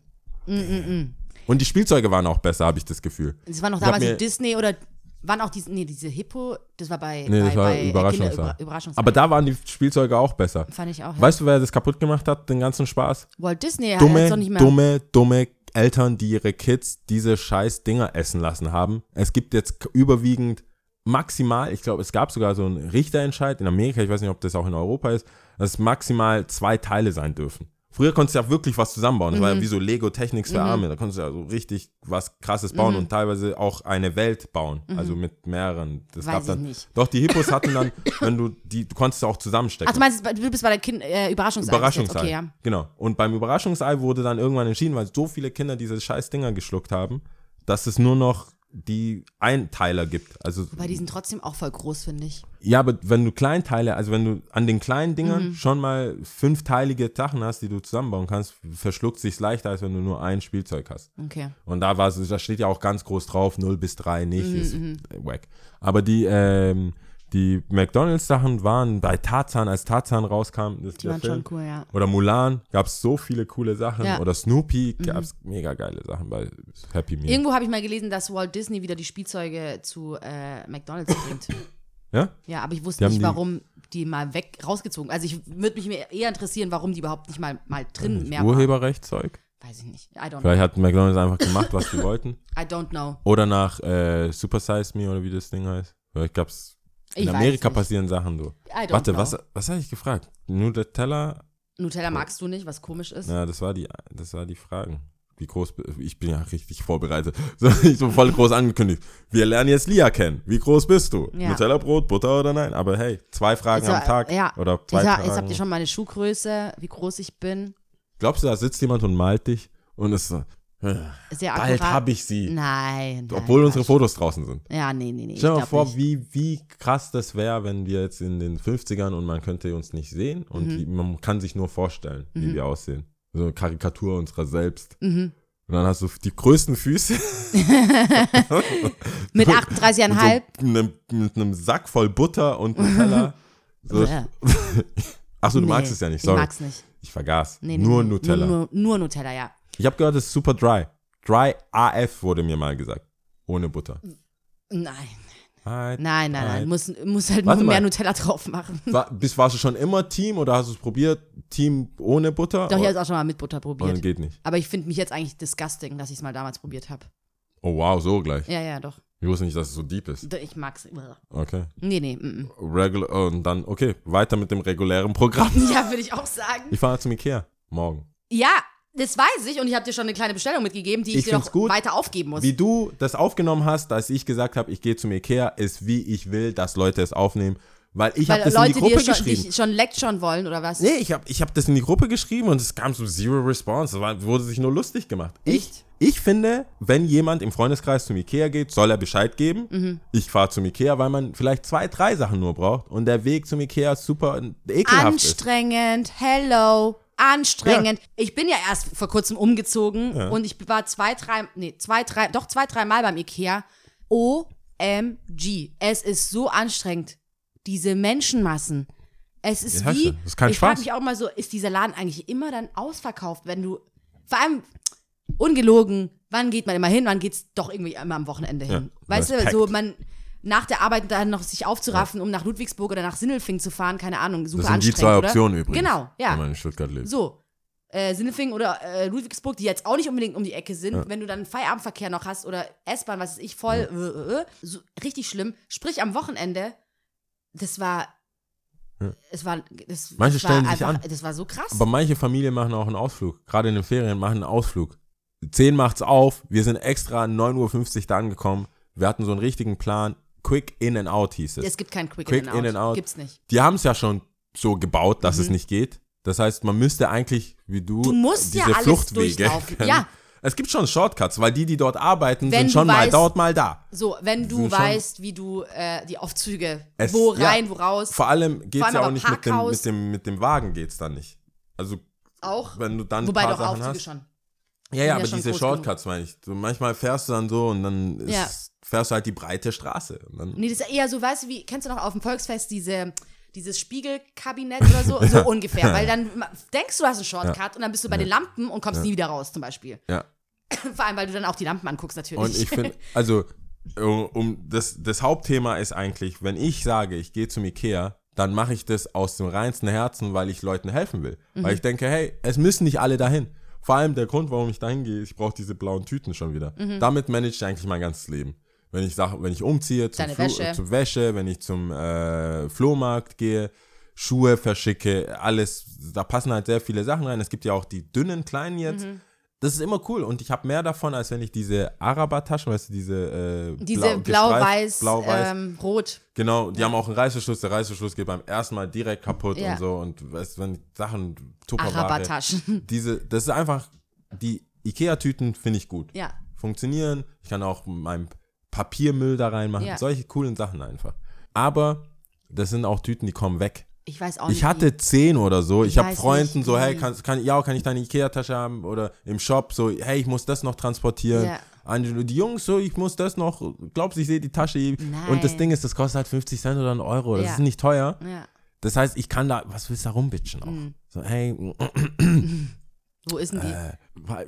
S5: Und die Spielzeuge waren auch besser, habe ich das Gefühl.
S3: Das waren auch
S5: Ich hab
S3: damals die
S5: mir-
S3: Disney oder waren auch diese, nee, diese Hippo, das war bei,
S5: Nee,
S3: bei,
S5: das war
S3: bei
S5: Überraschungsei.
S3: Kinder, Überra- Überraschungsei.
S5: Aber da waren die Spielzeuge auch besser.
S3: fand ich auch. Ja.
S5: Weißt du, wer das kaputt gemacht hat, den ganzen Spaß?
S3: Walt Disney hat
S5: dumme,
S3: es doch nicht mehr.
S5: dumme, dumme Eltern, die ihre Kids diese scheiß Dinger essen lassen haben. Es gibt jetzt k- überwiegend maximal, ich glaube, es gab sogar so einen Richterentscheid in Amerika, ich weiß nicht, ob das auch in Europa ist, dass maximal zwei Teile sein dürfen. Früher konntest du ja wirklich was zusammenbauen. Das
S3: Mhm.
S5: war ja wie so Lego Technics für Arme. Da konntest du ja so richtig was Krasses bauen
S3: Mhm.
S5: und teilweise auch eine Welt bauen. Also mit mehreren. Das
S3: Weiß
S5: gab
S3: ich
S5: dann.
S3: nicht.
S5: Doch, die Hippos hatten dann, wenn du die, du konntest auch zusammenstecken.
S3: Ach, du meinst, du bist bei der kind, äh, Überraschungsei.
S5: Überraschungsei.
S3: Okay, ja.
S5: Genau. Und beim Überraschungsei wurde dann irgendwann entschieden, weil so viele Kinder diese scheiß Dinger geschluckt haben, dass es nur noch die Einteiler gibt. Also
S3: Bei diesen trotzdem auch voll groß, finde ich.
S5: ja, aber wenn du Kleinteile, also wenn du an den kleinen Dingern
S3: Mhm.
S5: schon mal fünfteilige Sachen hast, die du zusammenbauen kannst, verschluckt sich's leichter, als wenn du nur ein Spielzeug hast.
S3: Okay.
S5: Und da war es, da steht ja auch ganz groß drauf, 0 bis 3 nicht,
S3: Mhm,
S5: ist wack. Aber die, ähm, die McDonalds-Sachen waren bei Tarzan, als Tarzan rauskam, das
S3: Die waren schon cool, ja.
S5: Oder Mulan, gab es so viele coole Sachen.
S3: Ja. Mhm.
S5: Oder Snoopy, gab es mega geile Sachen bei Happy Meal.
S3: Irgendwo habe ich mal gelesen, dass Walt Disney wieder die Spielzeuge zu äh, McDonalds bringt.
S5: ja?
S3: Ja, aber ich
S5: Die
S3: wusste
S5: haben
S3: nicht,
S5: die-
S3: warum die mal weg rausgezogen. Also ich würde mich mir eher interessieren, warum die überhaupt nicht mal, mal drin mehr waren.
S5: Urheberrechtszeug.
S3: Weiß ich nicht. I don't know.
S5: Vielleicht hat McDonalds einfach gemacht, was sie wollten.
S3: I don't know.
S5: Oder nach äh, Super Size Me oder wie das Ding heißt. Vielleicht gab es. In
S3: Ich weiß
S5: Amerika
S3: nicht.
S5: passieren Sachen so.
S3: I don't
S5: Warte,
S3: know.
S5: was, was habe ich gefragt? Nutella
S3: Nutella magst du nicht, was komisch ist.
S5: Ja, das war die, das war die Fragen. Wie groß, bi- ich bin ja richtig vorbereitet. So, ich so voll groß angekündigt. Wir lernen jetzt Lia kennen. Wie groß bist du?
S3: Ja.
S5: Nutella Brot, Butter oder nein? Aber hey, zwei Fragen
S3: Also,
S5: am Tag.
S3: äh, Ja.
S5: Oder zwei
S3: jetzt, ha-
S5: Fragen.
S3: jetzt habt ihr schon meine Schuhgröße, wie groß ich bin.
S5: Glaubst du, da sitzt jemand und malt dich und ist so, äh,
S3: Sehr akkurat.
S5: bald habe ich sie.
S3: Nein. nein
S5: Obwohl unsere
S3: Quatsch.
S5: Fotos draußen sind.
S3: Ja, nee, nee, nee.
S5: Stell
S3: ich
S5: dir mal
S3: glaub
S5: vor,
S3: nicht.
S5: wie, wie krass das wäre, wenn wir jetzt in den 50ern und man könnte uns nicht sehen und
S3: Mhm.
S5: die, man kann sich nur vorstellen, wie wir aussehen. So eine Karikatur unserer selbst.
S3: Mhm.
S5: Und dann hast du die größten Füße
S3: Mit
S5: mit,
S3: 38,5.
S5: so einem, mit einem Sack voll Butter und einem Teller. So.
S3: Bäh.
S5: Achso, du
S3: Nee,
S5: magst es ja
S3: Ich
S5: nicht, sorry.
S3: mag's nicht.
S5: Ich vergaß.
S3: Nee, nee,
S5: nur
S3: nee,
S5: Nutella.
S3: Nur, nur, nur Nutella, ja.
S5: Ich habe gehört, es ist super dry. Dry AF wurde mir mal gesagt. Ohne Butter.
S3: Nein,
S5: Halt,
S3: nein, nein,
S5: halt.
S3: nein. Muss, muss halt
S5: Warte
S3: nur mehr
S5: mal.
S3: Nutella drauf machen.
S5: War, bist, warst du schon immer Team oder hast du es probiert? Team ohne Butter?
S3: Doch, ich
S5: Oder-
S3: hab's auch schon mal mit Butter
S5: Und
S3: probiert.
S5: geht nicht.
S3: Aber ich finde mich jetzt eigentlich disgusting, dass ich es mal damals probiert habe.
S5: Oh wow, so gleich.
S3: Ja, ja, doch.
S5: Ich wusste nicht, dass es so deep ist.
S3: D- Ich mag's. Bäh.
S5: Okay.
S3: Nee, nee. Mm -mm.
S5: Regular, oh, und dann, okay, weiter mit dem regulären Programm.
S3: Ja, würde ich auch sagen.
S5: Ich fahre zum Ikea. Morgen.
S3: Ja, das weiß ich und ich habe dir schon eine kleine Bestellung mitgegeben, die ich,
S5: Ich
S3: dir
S5: find's
S3: noch
S5: gut.
S3: weiter aufgeben muss.
S5: Wie du das aufgenommen hast, als ich gesagt habe, ich gehe zum Ikea, ist wie ich will, dass Leute es aufnehmen. Weil ich habe
S3: Weil
S5: das
S3: Leute,
S5: in die Gruppe
S3: dir schon,
S5: geschrieben.
S3: dich schon lecturen wollen oder was?
S5: Nee, ich habe ich hab das in die Gruppe geschrieben und es kam so zero response. Es war, wurde sich nur lustig gemacht.
S3: Echt?
S5: Ich, ich finde, wenn jemand im Freundeskreis zum Ikea geht, soll er Bescheid geben.
S3: Mhm.
S5: Ich fahre zum Ikea, weil man vielleicht zwei, drei Sachen nur braucht und der Weg zum Ikea super ekelhaft ist.
S3: Anstrengend. Hello. Anstrengend. Ich bin ja erst vor kurzem umgezogen
S5: Ja.
S3: und ich war zwei, drei, nee, zwei, drei, doch zwei, drei Mal beim Ikea. OMG. Es ist so anstrengend. Diese Menschenmassen. Es ist
S5: Ja,
S3: wie,
S5: das ist kein
S3: ich frage
S5: Spaß.
S3: mich auch mal so, ist dieser Laden eigentlich immer dann ausverkauft, wenn du, vor allem, ungelogen, wann geht man immer hin, wann geht's doch irgendwie immer am Wochenende hin?
S5: Ja,
S3: weißt
S5: das
S3: du, so
S5: packt.
S3: man, nach der Arbeit dann noch sich aufzuraffen, um nach Ludwigsburg oder nach Sindelfing zu fahren, keine Ahnung, super
S5: Das sind die
S3: anstrengend,
S5: zwei
S3: oder?
S5: Optionen übrigens.
S3: Genau, ja.
S5: Wenn man in Stuttgart lebt.
S3: So. Äh, Sindelfingen oder äh, Ludwigsburg, die jetzt auch nicht unbedingt um die Ecke sind, wenn du dann Feierabendverkehr noch hast oder S-Bahn, was weiß ich, voll, äh, äh, äh, so, richtig schlimm. Sprich, am Wochenende, das war, es war, das,
S5: Manche
S3: das
S5: stellen
S3: war
S5: sich
S3: einfach,
S5: an.
S3: das war so krass.
S5: Aber manche Familien machen auch einen Ausflug. Gerade in den Ferien machen einen Ausflug. 10 macht's auf. Wir sind extra 9.50 Uhr da angekommen. Wir hatten so einen richtigen Plan. Quick in and out hieß es.
S3: es gibt kein Quick,
S5: Quick
S3: in, and out.
S5: in and out.
S3: Gibt's nicht.
S5: Die haben es ja schon so gebaut, dass es nicht geht. Das heißt, man müsste eigentlich, wie du,
S3: Mhm. Du musst ja
S5: diese
S3: alles
S5: Fluchtwege.
S3: durchlaufen.
S5: kennen.
S3: Ja.
S5: Es gibt schon Shortcuts, weil die, die dort arbeiten,
S3: Wenn
S5: sind schon
S3: du
S5: mal
S3: weißt-
S5: dort, mal da.
S3: So, wenn du
S5: Sind schon-
S3: weißt, wie du äh, die Aufzüge,
S5: Es-
S3: wo
S5: ja.
S3: rein, wo raus,
S5: Vor allem geht's
S3: Vor allem
S5: ja auch
S3: aber
S5: nicht mit dem,
S3: Parkhaus-
S5: mit, dem, mit dem Wagen geht's dann nicht. Also,
S3: auch,
S5: wenn du dann ein
S3: wobei
S5: paar
S3: doch
S5: Sachen
S3: Aufzüge
S5: hast.
S3: schon.
S5: Ja, ja,
S3: ja
S5: aber
S3: schon
S5: diese
S3: groß genug.
S5: Shortcuts meine ich. Du, manchmal fährst du dann so und dann ist,
S3: Ja.
S5: fährst du halt die breite Straße. Und dann,
S3: Nee, das ist eher so, weißt du, wie, kennst du noch auf dem Volksfest diese, dieses Spiegelkabinett oder so? So ungefähr. Weil dann ma- denkst du, du hast einen Shortcut und dann bist du bei den Lampen und kommst nie wieder raus, zum Beispiel.
S5: Ja.
S3: Vor allem, weil du dann auch die Lampen anguckst, natürlich.
S5: Und ich finde, also, um, um das, das Hauptthema ist eigentlich, wenn ich sage, ich gehe zum Ikea, dann mache ich das aus dem reinsten Herzen, weil ich Leuten helfen will.
S3: Mhm.
S5: Weil ich denke, hey, es müssen nicht alle dahin. Vor allem der Grund, warum ich dahin gehe, ich brauche diese blauen Tüten schon wieder.
S3: Mhm.
S5: Damit manage ich eigentlich mein ganzes Leben. Wenn ich sage, wenn ich umziehe, zum
S3: Deine
S5: Flo-
S3: Wäsche.
S5: äh, zur Wäsche, wenn ich zum äh, Flohmarkt gehe, Schuhe verschicke, alles, da passen halt sehr viele Sachen rein. Es gibt ja auch die dünnen kleinen
S3: Mhm.
S5: jetzt. Das ist immer cool und ich habe mehr davon, als wenn ich diese Araber-Taschen, weißt du, diese äh,
S3: diese
S5: blau-
S3: blau-weiß,
S5: gestreift- blau-weiß.
S3: ähm, rot.
S5: genau, die haben auch einen Reißverschluss. Der Reißverschluss geht beim ersten Mal direkt kaputt
S3: Ja.
S5: und so und weißt, wenn Sachen Tupperware,
S3: Arabertaschen.
S5: diese, das ist einfach die Ikea-Tüten finde ich gut,
S3: Ja.
S5: funktionieren. Ich kann auch meinen Papiermüll da reinmachen,
S3: Ja.
S5: solche coolen Sachen einfach. Aber das sind auch Tüten, die kommen weg.
S3: Ich weiß auch nicht.
S5: Ich hatte zehn oder so. Ich,
S3: Ich
S5: habe
S3: weiß
S5: Freunden
S3: nicht,
S5: so, hey,
S3: wie.
S5: kann, kann, ja, kann ich deine Ikea-Tasche haben? Oder im Shop so, hey, ich muss das noch transportieren.
S3: Ja.
S5: Angelo, die Jungs so, ich muss das noch. Glaubst du, ich sehe die Tasche? Und das
S3: Nein.
S5: Ding ist, das kostet halt 50 Cent oder einen Euro. Das
S3: Ja.
S5: ist nicht teuer.
S3: Wie, ja.
S5: Das heißt, ich kann da, was willst du da rumbitchen auch?
S3: Hm.
S5: So, hey,
S3: Wo ist denn die?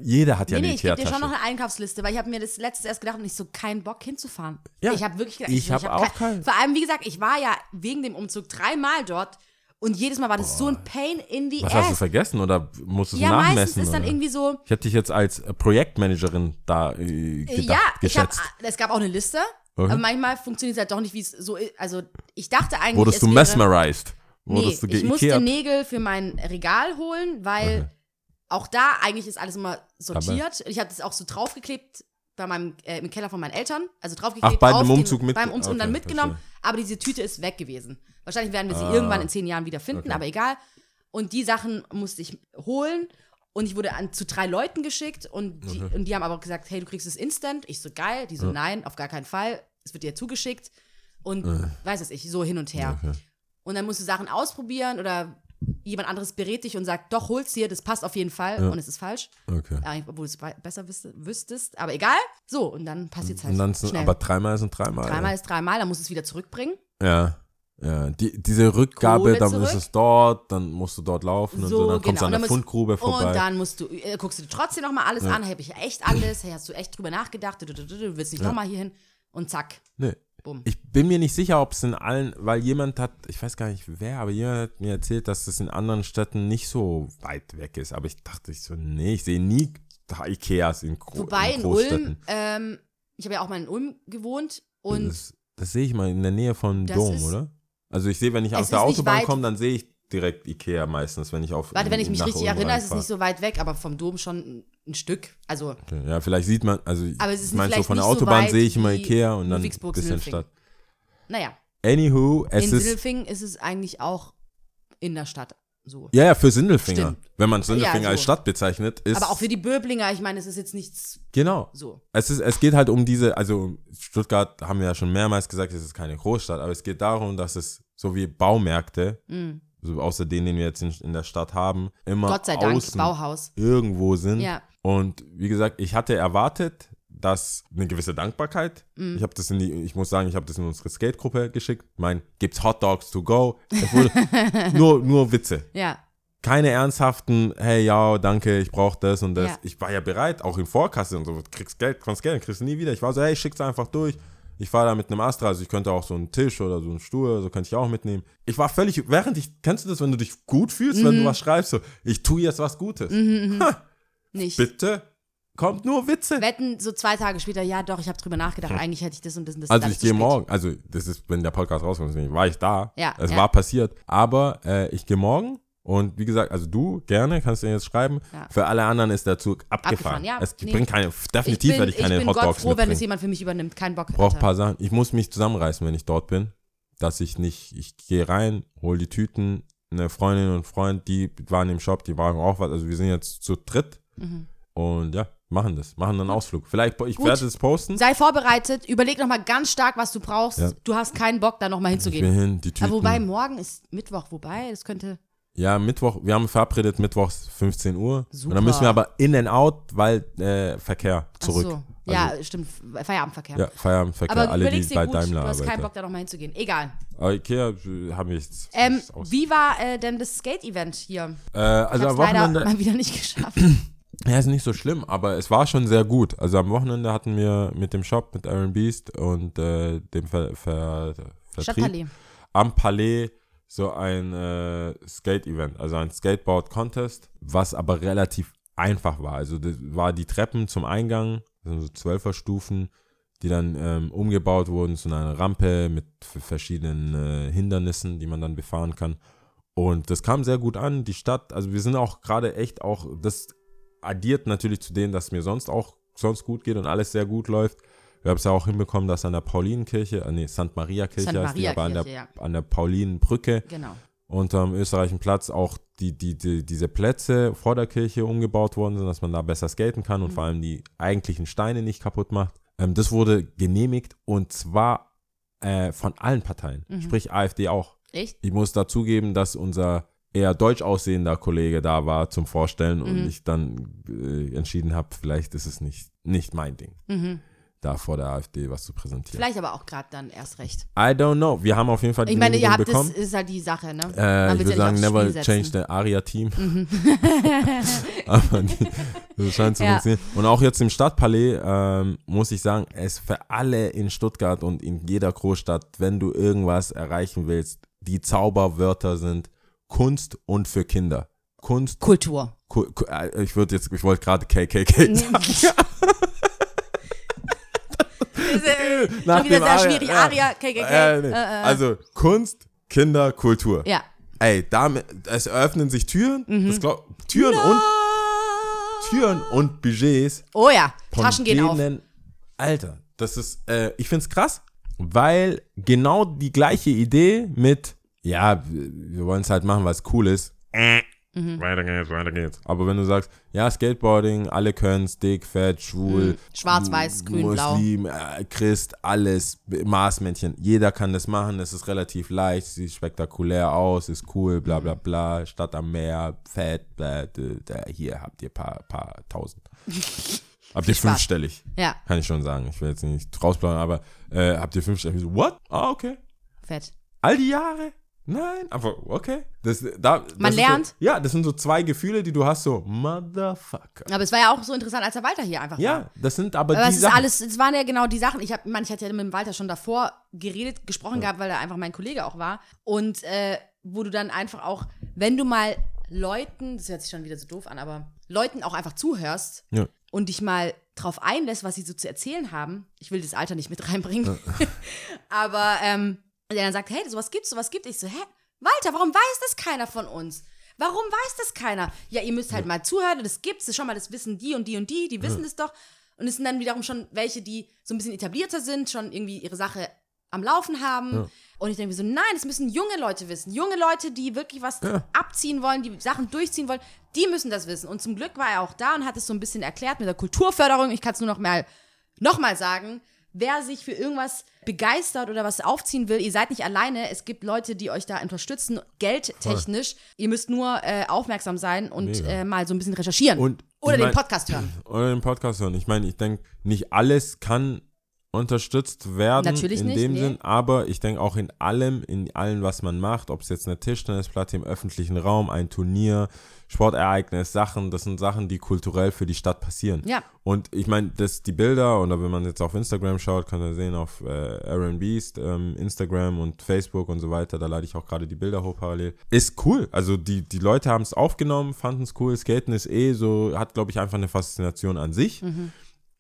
S5: jeder hat ja
S3: nee, nee,
S5: eine
S3: ich gebe dir schon noch
S5: Ikea-Tasche.
S3: eine Einkaufsliste, weil ich habe mir das letztes erst gedacht und ich so keinen Bock hinzufahren.
S5: Ja.
S3: Ich habe wirklich gedacht,
S5: Ich hab auch keinen.
S3: Vor allem, wie gesagt, ich war ja wegen dem Umzug dreimal dort und jedes Mal war das so ein Pain in the
S5: Was
S3: ass.
S5: hast du vergessen oder musst du es
S3: ja, meistens
S5: nachmessen?
S3: ist dann
S5: oder?
S3: irgendwie so,
S5: ich hätte dich jetzt als äh, Projektmanagerin da äh,
S3: äh,
S5: gedacht,
S3: ja, ich hab,
S5: geschätzt.
S3: es gab auch eine Liste, aber manchmal funktioniert es halt doch nicht, wie es so ist. Also ich dachte eigentlich,
S5: Wurdest
S3: es wäre-
S5: du mesmerized?
S3: Nee,
S5: Wurdest du
S3: ich musste
S5: geikea?
S3: Nägel für mein Regal holen, weil auch da eigentlich ist alles immer sortiert. ich habe das auch so draufgeklebt bei meinem, äh, im Keller von meinen Eltern. Also draufgeklebt.
S5: Ach, bei
S3: auf
S5: dem
S3: den-
S5: Umzug mit-
S3: Beim Umzug und dann
S5: okay,
S3: mitgenommen. Aber diese Tüte ist weg gewesen. Wahrscheinlich werden wir
S5: Ah,
S3: sie irgendwann in zehn Jahren wieder finden, aber egal. Und die Sachen musste ich holen. Und ich wurde an, zu drei Leuten geschickt und die,
S5: Mhm.
S3: und die haben aber auch gesagt, hey, du kriegst es instant. Ich so, geil. Die so, nein, auf gar keinen Fall. Es wird dir zugeschickt. Und
S5: Ah.
S3: weiß es ich, so hin und her. Und dann musst du Sachen ausprobieren oder jemand anderes berät dich und sagt, doch, hol's dir, das passt auf jeden Fall. Und es ist falsch.
S5: Okay.
S3: Eigentlich, Obwohl du es be- besser wüsste, wüsstest, aber egal. So, und dann passiert es halt
S5: Und dann sind,
S3: schnell.
S5: aber dreimal sind dreimal.
S3: dreimal ist dreimal, dann musst du es wieder zurückbringen.
S5: Ja. ja. Die, diese Rückgabe,
S3: Kohle
S5: dann
S3: zurück. genau.
S5: ist es dort, dann musst du dort laufen und so, dann kommst du an
S3: Und
S5: der
S3: musst-
S5: Fundgrube vorbei.
S3: Und dann musst du, äh, guckst du dir trotzdem nochmal alles an, habe ich echt alles, hey, hast du echt drüber nachgedacht, du, du, du, du willst nicht noch nochmal hier hin und zack.
S5: nee.
S3: Bumm.
S5: Ich bin mir nicht sicher, ob es in allen, weil jemand hat, ich weiß gar nicht wer, aber jemand hat mir erzählt, dass es in anderen Städten nicht so weit weg ist. Aber ich dachte ich so, nee, ich sehe nie Ikeas in, Gro
S3: Wobei
S5: in
S3: in
S5: Großstädten.
S3: Ulm, ähm, ich habe ja auch mal in Ulm gewohnt und
S5: das, das sehe ich mal in der Nähe von
S3: Das
S5: Dom,
S3: ist-
S5: oder? Also ich sehe, wenn ich aus
S3: ist
S5: der
S3: nicht
S5: Autobahn
S3: weit.
S5: komme, dann sehe ich direkt Ikea meistens, wenn ich auf
S3: warte, wenn ich mich
S5: nach
S3: richtig
S5: Ulm
S3: erinnere, ist es
S5: reinfahre.
S3: nicht so weit weg, aber vom Dom schon ein Stück. Also
S5: Okay, Ja, vielleicht sieht man, also
S3: Aber es ist
S5: ich meine so
S3: vielleicht
S5: von der
S3: nicht so
S5: Autobahn
S3: weit
S5: sehe ich immer
S3: wie
S5: Ikea und dann ein
S3: Ludwigsburg,
S5: bisschen
S3: Sindelfingen.
S5: Stadt.
S3: Naja,
S5: Anywho, es
S3: in
S5: ist,
S3: Sindelfingen ist es eigentlich auch in der Stadt so.
S5: ja, ja, für Sindelfinger.
S3: Stimmt.
S5: Wenn man Sindelfinger
S3: Ja, so.
S5: als Stadt bezeichnet, ist,
S3: Aber auch für die Böblinger, ich meine, es ist jetzt nichts
S5: genau.
S3: so.
S5: Es, ist, es geht halt um diese, also Stuttgart haben wir ja schon mehrmals gesagt, es ist keine Großstadt, aber es geht darum, dass es, so wie Baumärkte, so außer denen, den wir jetzt in, in der Stadt haben, immer
S3: Mhm. Gott sei Dank,
S5: außen
S3: Bauhaus.
S5: irgendwo sind.
S3: Ja.
S5: Und wie gesagt, ich hatte erwartet, dass eine gewisse Dankbarkeit.
S3: Mhm.
S5: Ich habe das in die, ich muss sagen, ich habe das in unsere Skate-Gruppe geschickt. Mein, gibt's Hot Dogs to go? Es wurde nur, nur Witze.
S3: Ja,
S5: Keine ernsthaften, hey, ja, danke, ich brauche das und das.
S3: Ja.
S5: Ich war ja bereit, auch in Vorkasse und so, kriegst Geld, kannst Geld, kriegst du nie wieder. Ich war so, hey, schick's einfach durch. Ich fahre da mit einem Astra, also ich könnte auch so einen Tisch oder so einen Stuhl, oder so könnte ich auch mitnehmen. Ich war völlig, während ich, kennst du das, wenn du dich gut fühlst,
S3: Mhm.
S5: wenn du was schreibst, so, ich tue jetzt was Gutes. Ha,
S3: Nicht.
S5: bitte, kommt nur Witze.
S3: Wetten, so zwei Tage später, ja doch, ich habe drüber nachgedacht, eigentlich hätte ich das und das und das.
S5: Hm. Also
S3: dann
S5: ich
S3: ist zu
S5: gehe
S3: spät.
S5: morgen, also das ist, wenn der Podcast rauskommt, deswegen war ich da.
S3: Ja,
S5: Es
S3: ja.
S5: war passiert. Aber äh, ich gehe morgen und wie gesagt, also du gerne, kannst du jetzt schreiben.
S3: Ja.
S5: Für alle anderen ist der Zug abgefahren.
S3: Abgefahren, ja,
S5: Es
S3: nee.
S5: bringt keine,
S3: Ich
S5: definitiv
S3: bin,
S5: werde ich keine
S3: bin Gott
S5: Hotdogs
S3: froh, wenn es
S5: mitbringen.
S3: jemand für mich übernimmt. Kein Bock.
S5: Brauche ein
S3: Alter.
S5: paar Sachen. Ich muss mich zusammenreißen, wenn ich dort bin, dass ich nicht, ich gehe rein, hol die Tüten, eine Freundin und Freund, die waren im Shop, die brauchen auch was. Also wir sind jetzt zu dritt
S3: Mhm.
S5: und ja, machen das, machen einen Ausflug. Vielleicht, ich
S3: Gut.
S5: werde es posten.
S3: Sei vorbereitet, überleg nochmal ganz stark, was du brauchst.
S5: Ja.
S3: Du hast keinen Bock, da nochmal
S5: Ich
S3: hinzugehen.
S5: will hin, die Tüten.
S3: Aber wobei, morgen ist Mittwoch, wobei, das könnte.
S5: Ja, Mittwoch, wir haben verabredet, Mittwochs 15 Uhr.
S3: Super.
S5: Und dann müssen wir aber in and out, weil äh, Verkehr
S3: Ach
S5: zurück. Also-
S3: So. Ja, stimmt. Feierabendverkehr.
S5: Ja, Feierabendverkehr,
S3: Aber
S5: alle, die
S3: überleg's dir
S5: bei
S3: gut,
S5: Daimler
S3: du hast keinen
S5: arbeiten.
S3: Bock, da nochmal hinzugehen. Egal.
S5: Aber Ikea äh, haben wir jetzt.
S3: Ähm,
S5: ist aus.
S3: wie war äh, denn das Skate-Event hier?
S5: äh,
S3: Ich
S5: also am
S3: hab's leider
S5: Wochenende,
S3: mal wieder nicht geschafft.
S5: ja, ist nicht so schlimm, aber es war schon sehr gut. Also am Wochenende hatten wir mit dem Shop, mit Iron Beast und äh, dem Ver, Ver, Vertrieb
S3: Stadtpalais.
S5: am Palais so ein äh, Skate-Event, also ein Skateboard-Contest, was aber relativ einfach war. Also das war die Treppen zum Eingang, das sind so Zwölferstufen, die dann ähm, umgebaut wurden zu einer Rampe mit f- verschiedenen äh, Hindernissen, die man dann befahren kann. Und das kam sehr gut an. Die Stadt, also wir sind auch gerade echt auch, das addiert natürlich zu dem, dass mir sonst auch sonst gut geht und alles sehr gut läuft. Wir haben es ja auch hinbekommen, dass an der Paulinenkirche, äh, nee, St. Maria Kirche
S3: St.
S5: heißt die, aber an der,
S3: Maria-Kirche, ja.
S5: an der Paulinenbrücke
S3: Genau.
S5: unterm österreichischen Platz auch die, die, die, diese Plätze vor der Kirche umgebaut worden sind, dass man da besser skaten kann
S3: Mhm.
S5: und vor allem die eigentlichen Steine nicht kaputt macht. Ähm, das wurde genehmigt und zwar äh, von allen Parteien,
S3: Mhm.
S5: sprich AfD auch.
S3: Echt?
S5: Ich muss dazugeben, dass unser eher deutsch aussehender Kollege da war zum Vorstellen
S3: Mhm.
S5: und ich dann äh, entschieden habe, vielleicht ist es nicht, nicht mein Ding, da vor der AfD was zu präsentieren.
S3: Mhm. Vielleicht aber auch gerade dann erst recht.
S5: I don't know. Wir haben auf jeden Fall die
S3: Ich meine, ihr
S5: Genehmigung
S3: habt
S5: bekommen.
S3: das, ist halt die Sache, ne?
S5: Äh,
S3: Man
S5: ich
S3: will's
S5: würde
S3: ja
S5: sagen,
S3: nicht aufs
S5: never
S3: Spiel
S5: change
S3: setzen. Mhm.
S5: the Aria-Team. Aber die, das scheint zu
S3: Ja.
S5: funktionieren. Und auch jetzt im Stadtpalais ähm, muss ich sagen, es für alle in Stuttgart und in jeder Großstadt, wenn du irgendwas erreichen willst, die Zauberwörter sind Kunst und für Kinder. Kunst,
S3: Kultur.
S5: Ku- Ku- äh, ich würde jetzt, ich wollte gerade KKK
S3: Nee.
S5: sagen.
S3: Das ist äh, schon
S5: Nach
S3: wieder
S5: dem
S3: sehr
S5: Aria-
S3: schwierig.
S5: ja.
S3: Aria, KKK.
S5: Äh, nee.
S3: Äh, äh,
S5: Also Kunst, Kinder, Kultur.
S3: ja. Mhm.
S5: Ey, damit, es öffnen sich Türen, das glaub, Türen und Türen und Budgets
S3: Oh ja,
S5: von
S3: Taschen gehen auf.
S5: denen, Alter, das ist, äh, ich find's krass, weil genau die gleiche Idee mit, ja, wir wir wollen's halt machen, weil's cool ist. Äh,
S3: Mhm.
S5: Weiter geht's, weiter geht's. Aber wenn du sagst, ja, Skateboarding, alle können's, dick, fett, schwul,
S3: Mhm. Schwarz, weiß, grün, blau.
S5: Muslim, äh, Christ, alles, B- Maßmännchen, jeder kann das machen, es ist relativ leicht, sieht spektakulär aus, ist cool, bla bla bla, Stadt am Meer, fett, bla, d- d- hier habt ihr paar, paar tausend. habt ihr
S3: Spaß.
S5: fünfstellig,
S3: Ja,
S5: kann ich schon sagen, ich will jetzt nicht rausplanen, aber äh, habt ihr fünfstellig, Ich so, what? Ah, okay.
S3: fett.
S5: All die Jahre? Nein, aber okay. Das, da, das
S3: Man
S5: ist
S3: lernt.
S5: So, ja, das sind so zwei Gefühle, die du hast, so, motherfucker.
S3: Aber es war ja auch so interessant, als er Walter hier einfach war.
S5: Ja, das sind aber,
S3: Aber
S5: die
S3: es ist
S5: Sachen.
S3: alles, es waren ja genau die Sachen. Ich habe, man, ich hatte ja mit dem Walter schon davor geredet, gesprochen gehabt, weil er einfach mein Kollege auch war. Und äh, wo du dann einfach auch, wenn du mal Leuten, das hört sich schon wieder so doof an, aber Leuten auch einfach zuhörst
S5: Ja.
S3: und dich mal drauf einlässt, was sie so zu erzählen haben. Ich will das Alter nicht mit reinbringen. aber ähm, der dann sagt, hey, sowas gibt's, sowas gibt. Ich so, hä? Walter, warum weiß das keiner von uns? Warum weiß das keiner? Ja, ihr müsst halt mal zuhören, das gibt's, das schon mal, das wissen die und die und die, die wissen das doch. Und es sind dann wiederum schon welche, die so ein bisschen etablierter sind, schon irgendwie ihre Sache am Laufen haben. Und ich denke mir so, nein, das müssen junge Leute wissen. Junge Leute, die wirklich was abziehen wollen, die Sachen durchziehen wollen, die müssen das wissen. Und zum Glück war er auch da und hat es so ein bisschen erklärt mit der Kulturförderung. Ich kann es nur noch mal, noch mal sagen. Wer sich für irgendwas begeistert oder was aufziehen will, ihr seid nicht alleine. Es gibt Leute, die euch da unterstützen, geldtechnisch. Ihr müsst nur äh, aufmerksam sein und
S5: Mega.
S3: äh, mal so ein bisschen recherchieren.
S5: Und ich
S3: oder den
S5: mein-
S3: Podcast hören.
S5: Oder den Podcast hören. Ich meine, ich denke, nicht alles kann unterstützt werden
S3: Natürlich
S5: in
S3: nicht,
S5: dem
S3: nee.
S5: Sinn, aber ich denke auch in allem, in allem, was man macht, ob es jetzt eine Tischtennisplatte im öffentlichen Raum, ein Turnier, Sportereignis, Sachen, das sind Sachen, die kulturell für die Stadt passieren.
S3: Ja.
S5: Und ich meine, das die Bilder oder wenn man jetzt auf Instagram schaut, kann man sehen auf äh, Aaron Beast, ähm, Instagram und Facebook und so weiter, da lade ich auch gerade die Bilder hoch parallel. Ist cool. Also die, die Leute haben es aufgenommen, fanden es cool. Skaten ist eh so, hat glaube ich einfach eine Faszination an sich.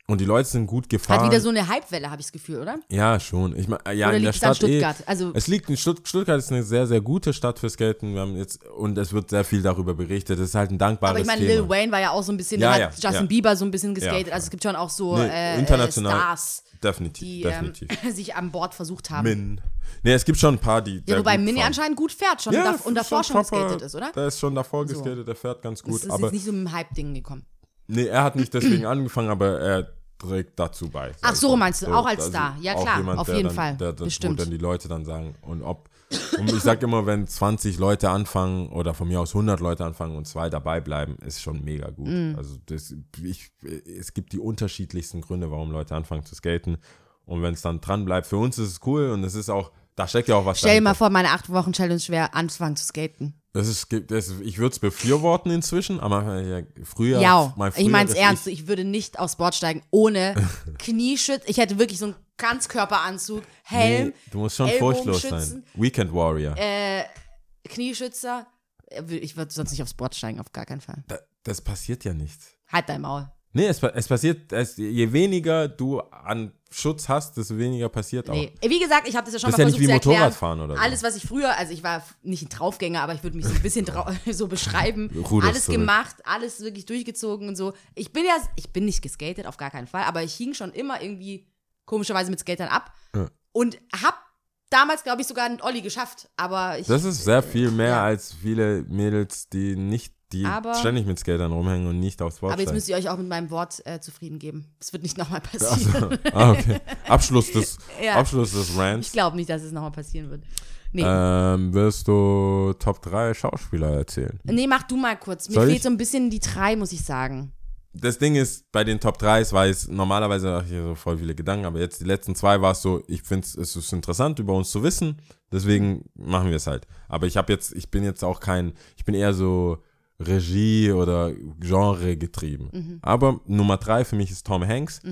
S5: Und die Leute sind gut gefahren.
S3: Mhm. Hat wieder so eine Hypewelle, habe ich das Gefühl, oder?
S5: Ja, schon. Ich mein, äh, ja,
S3: Oder
S5: in der
S3: liegt's an
S5: Stadt eh.
S3: Stuttgart? Also-
S5: es liegt in Stutt Stuttgart ist eine sehr, sehr gute Stadt für Skaten. Wir haben jetzt, und es wird sehr viel darüber berichtet. Es ist halt ein dankbares
S3: Aber ich meine,
S5: Thema.
S3: Lil Wayne war ja auch so ein bisschen,
S5: Ja,
S3: hat
S5: ja,
S3: Justin
S5: ja.
S3: Bieber so ein bisschen geskatet.
S5: Ja.
S3: also es gibt schon auch so
S5: Nee,
S3: äh,
S5: international.
S3: äh, Stars,
S5: definitiv,
S3: die ähm,
S5: definitiv.
S3: sich an Bord versucht haben.
S5: Min. Ne, es gibt schon ein paar, die.
S3: Ja,
S5: sehr
S3: wobei
S5: gut
S3: Mini
S5: fahren.
S3: anscheinend gut fährt schon
S5: ja,
S3: da, und davor schon
S5: proper-
S3: geskatet ist, oder?
S5: Der ist schon davor geskatet, der fährt ganz
S3: Das
S5: gut.
S3: ist
S5: Aber
S3: jetzt nicht so mit dem Hype-Ding gekommen.
S5: nee, er hat nicht deswegen angefangen, aber er trägt dazu bei. sag
S3: Ach,
S5: ich
S3: so
S5: mal.
S3: meinst du, auch als Star. Ja,
S5: auch
S3: klar, auf
S5: der
S3: jeden
S5: dann,
S3: Fall.
S5: Der, der,
S3: Bestimmt.
S5: Wo dann die Leute dann sagen, und ob. Und ich sag immer, wenn 20 Leute anfangen oder von mir aus 100 Leute anfangen und zwei dabei bleiben, ist schon mega gut.
S3: Mm.
S5: Also das, ich, es gibt die unterschiedlichsten Gründe, warum Leute anfangen zu skaten. Und wenn es dann dran bleibt, für uns ist es cool und es ist auch, da steckt ja auch was
S3: Stell dir
S5: dahinter.
S3: mal vor, meine 8-Wochen-Challenge wäre anfangen zu skaten.
S5: Das ist, gibt- das, ich würde es befürworten inzwischen, aber ja, früher.
S3: Ja,
S5: mein
S3: ich meine es
S5: früheres
S3: ernst. Ich, würde nicht aufs Board steigen ohne Knieschütz. Ich hätte wirklich so einen Ganzkörperanzug, Helm, Äh.
S5: nee, du musst schon furchtlos sein.
S3: Ellbogenschützen.
S5: Weekend Warrior.
S3: Knieschützer. Ich würde sonst nicht aufs Board steigen, auf gar keinen Fall.
S5: Da, das passiert ja nichts.
S3: Halt dein Maul.
S5: Nee, es, pa- es passiert, es, je weniger du an Schutz hast, desto weniger passiert auch.
S3: Nee. Wie gesagt, ich habe das ja schon
S5: Das
S3: mal
S5: ist ja
S3: versucht
S5: nicht wie
S3: zu erklären.
S5: Motorradfahren oder so.
S3: Alles, was ich früher, also ich war f- nicht ein Draufgänger, aber ich würde mich so ein bisschen drau- so beschreiben.
S5: Ruderst
S3: alles
S5: zurück.
S3: gemacht, alles wirklich durchgezogen und so. Ich bin ja, ich bin nicht geskatet, auf gar keinen Fall, aber ich hing schon immer irgendwie komischerweise mit Skatern ab
S5: Ja.
S3: und hab damals, glaube ich, sogar einen Olli geschafft. Aber ich,
S5: Das ist sehr viel mehr
S3: Ja.
S5: als viele Mädels, die nicht, die
S3: Aber-
S5: ständig mit Skatern rumhängen und nicht aufs Board
S3: aber jetzt
S5: steigen.
S3: müsst ihr euch auch mit meinem Wort äh, zufrieden geben. Das wird nicht nochmal passieren.
S5: Also, ah, okay. Abschluss des,
S3: Ja.
S5: Abschluss des Rants.
S3: Ich glaube nicht, dass es nochmal passieren wird. Nee.
S5: Ähm, wirst du Top 3 Schauspieler erzählen?
S3: nee, mach du mal kurz. Mir
S5: soll
S3: fehlt
S5: ich?
S3: so ein bisschen die drei, muss ich sagen.
S5: das Ding ist, bei den Top 3 war es, normalerweise mache ich hier so voll viele Gedanken, aber jetzt die letzten zwei war es so, ich finde es ist interessant, über uns zu wissen, deswegen machen wir es halt. Aber ich habe jetzt, ich bin jetzt auch kein, ich bin eher so Regie oder Genre getrieben. Aber Nummer 3 für mich ist Tom Hanks,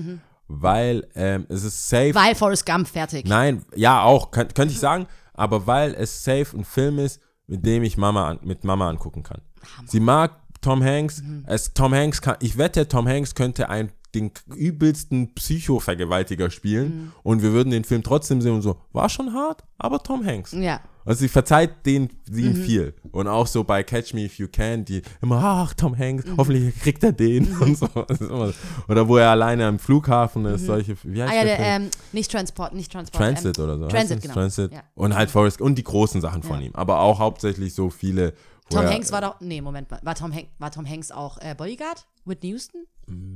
S5: weil ähm, es ist safe.
S3: Weil Forrest Gump fertig.
S5: Nein, ja, auch, könnt- könnte ich sagen, aber weil es safe ein Film ist, mit dem ich Mama an, mit Mama angucken kann. Sie mag Tom Hanks,
S3: Mhm.
S5: es Tom Hanks kann, ich wette, Tom Hanks könnte ein den k- übelsten Psychovergewaltiger spielen
S3: Mhm.
S5: und wir würden den Film trotzdem sehen und so, war schon hart, aber Tom Hanks.
S3: Ja. Mhm.
S5: Also sie verzeiht den, den viel. Und auch so bei Catch Me If You Can, die immer, ach, Tom Hanks,
S3: Mhm.
S5: hoffentlich kriegt er den und so. Das ist immer so. Oder wo er alleine am Flughafen ist, solche, wie heißt
S3: Ah ja,
S5: der
S3: der,
S5: Film?
S3: ähm, nicht Transport, nicht Transport.
S5: Transit
S3: ähm,
S5: oder so. heißt
S3: Transit,
S5: es?
S3: genau.
S5: Transit.
S3: Ja.
S5: Und halt Forrest und die großen Sachen von
S3: Ja.
S5: ihm. Aber auch hauptsächlich so viele. wo
S3: Tom
S5: er-
S3: Hanks war doch, nee, Moment mal, war Tom, Hank, war Tom Hanks auch äh, Bodyguard? Whitney Houston?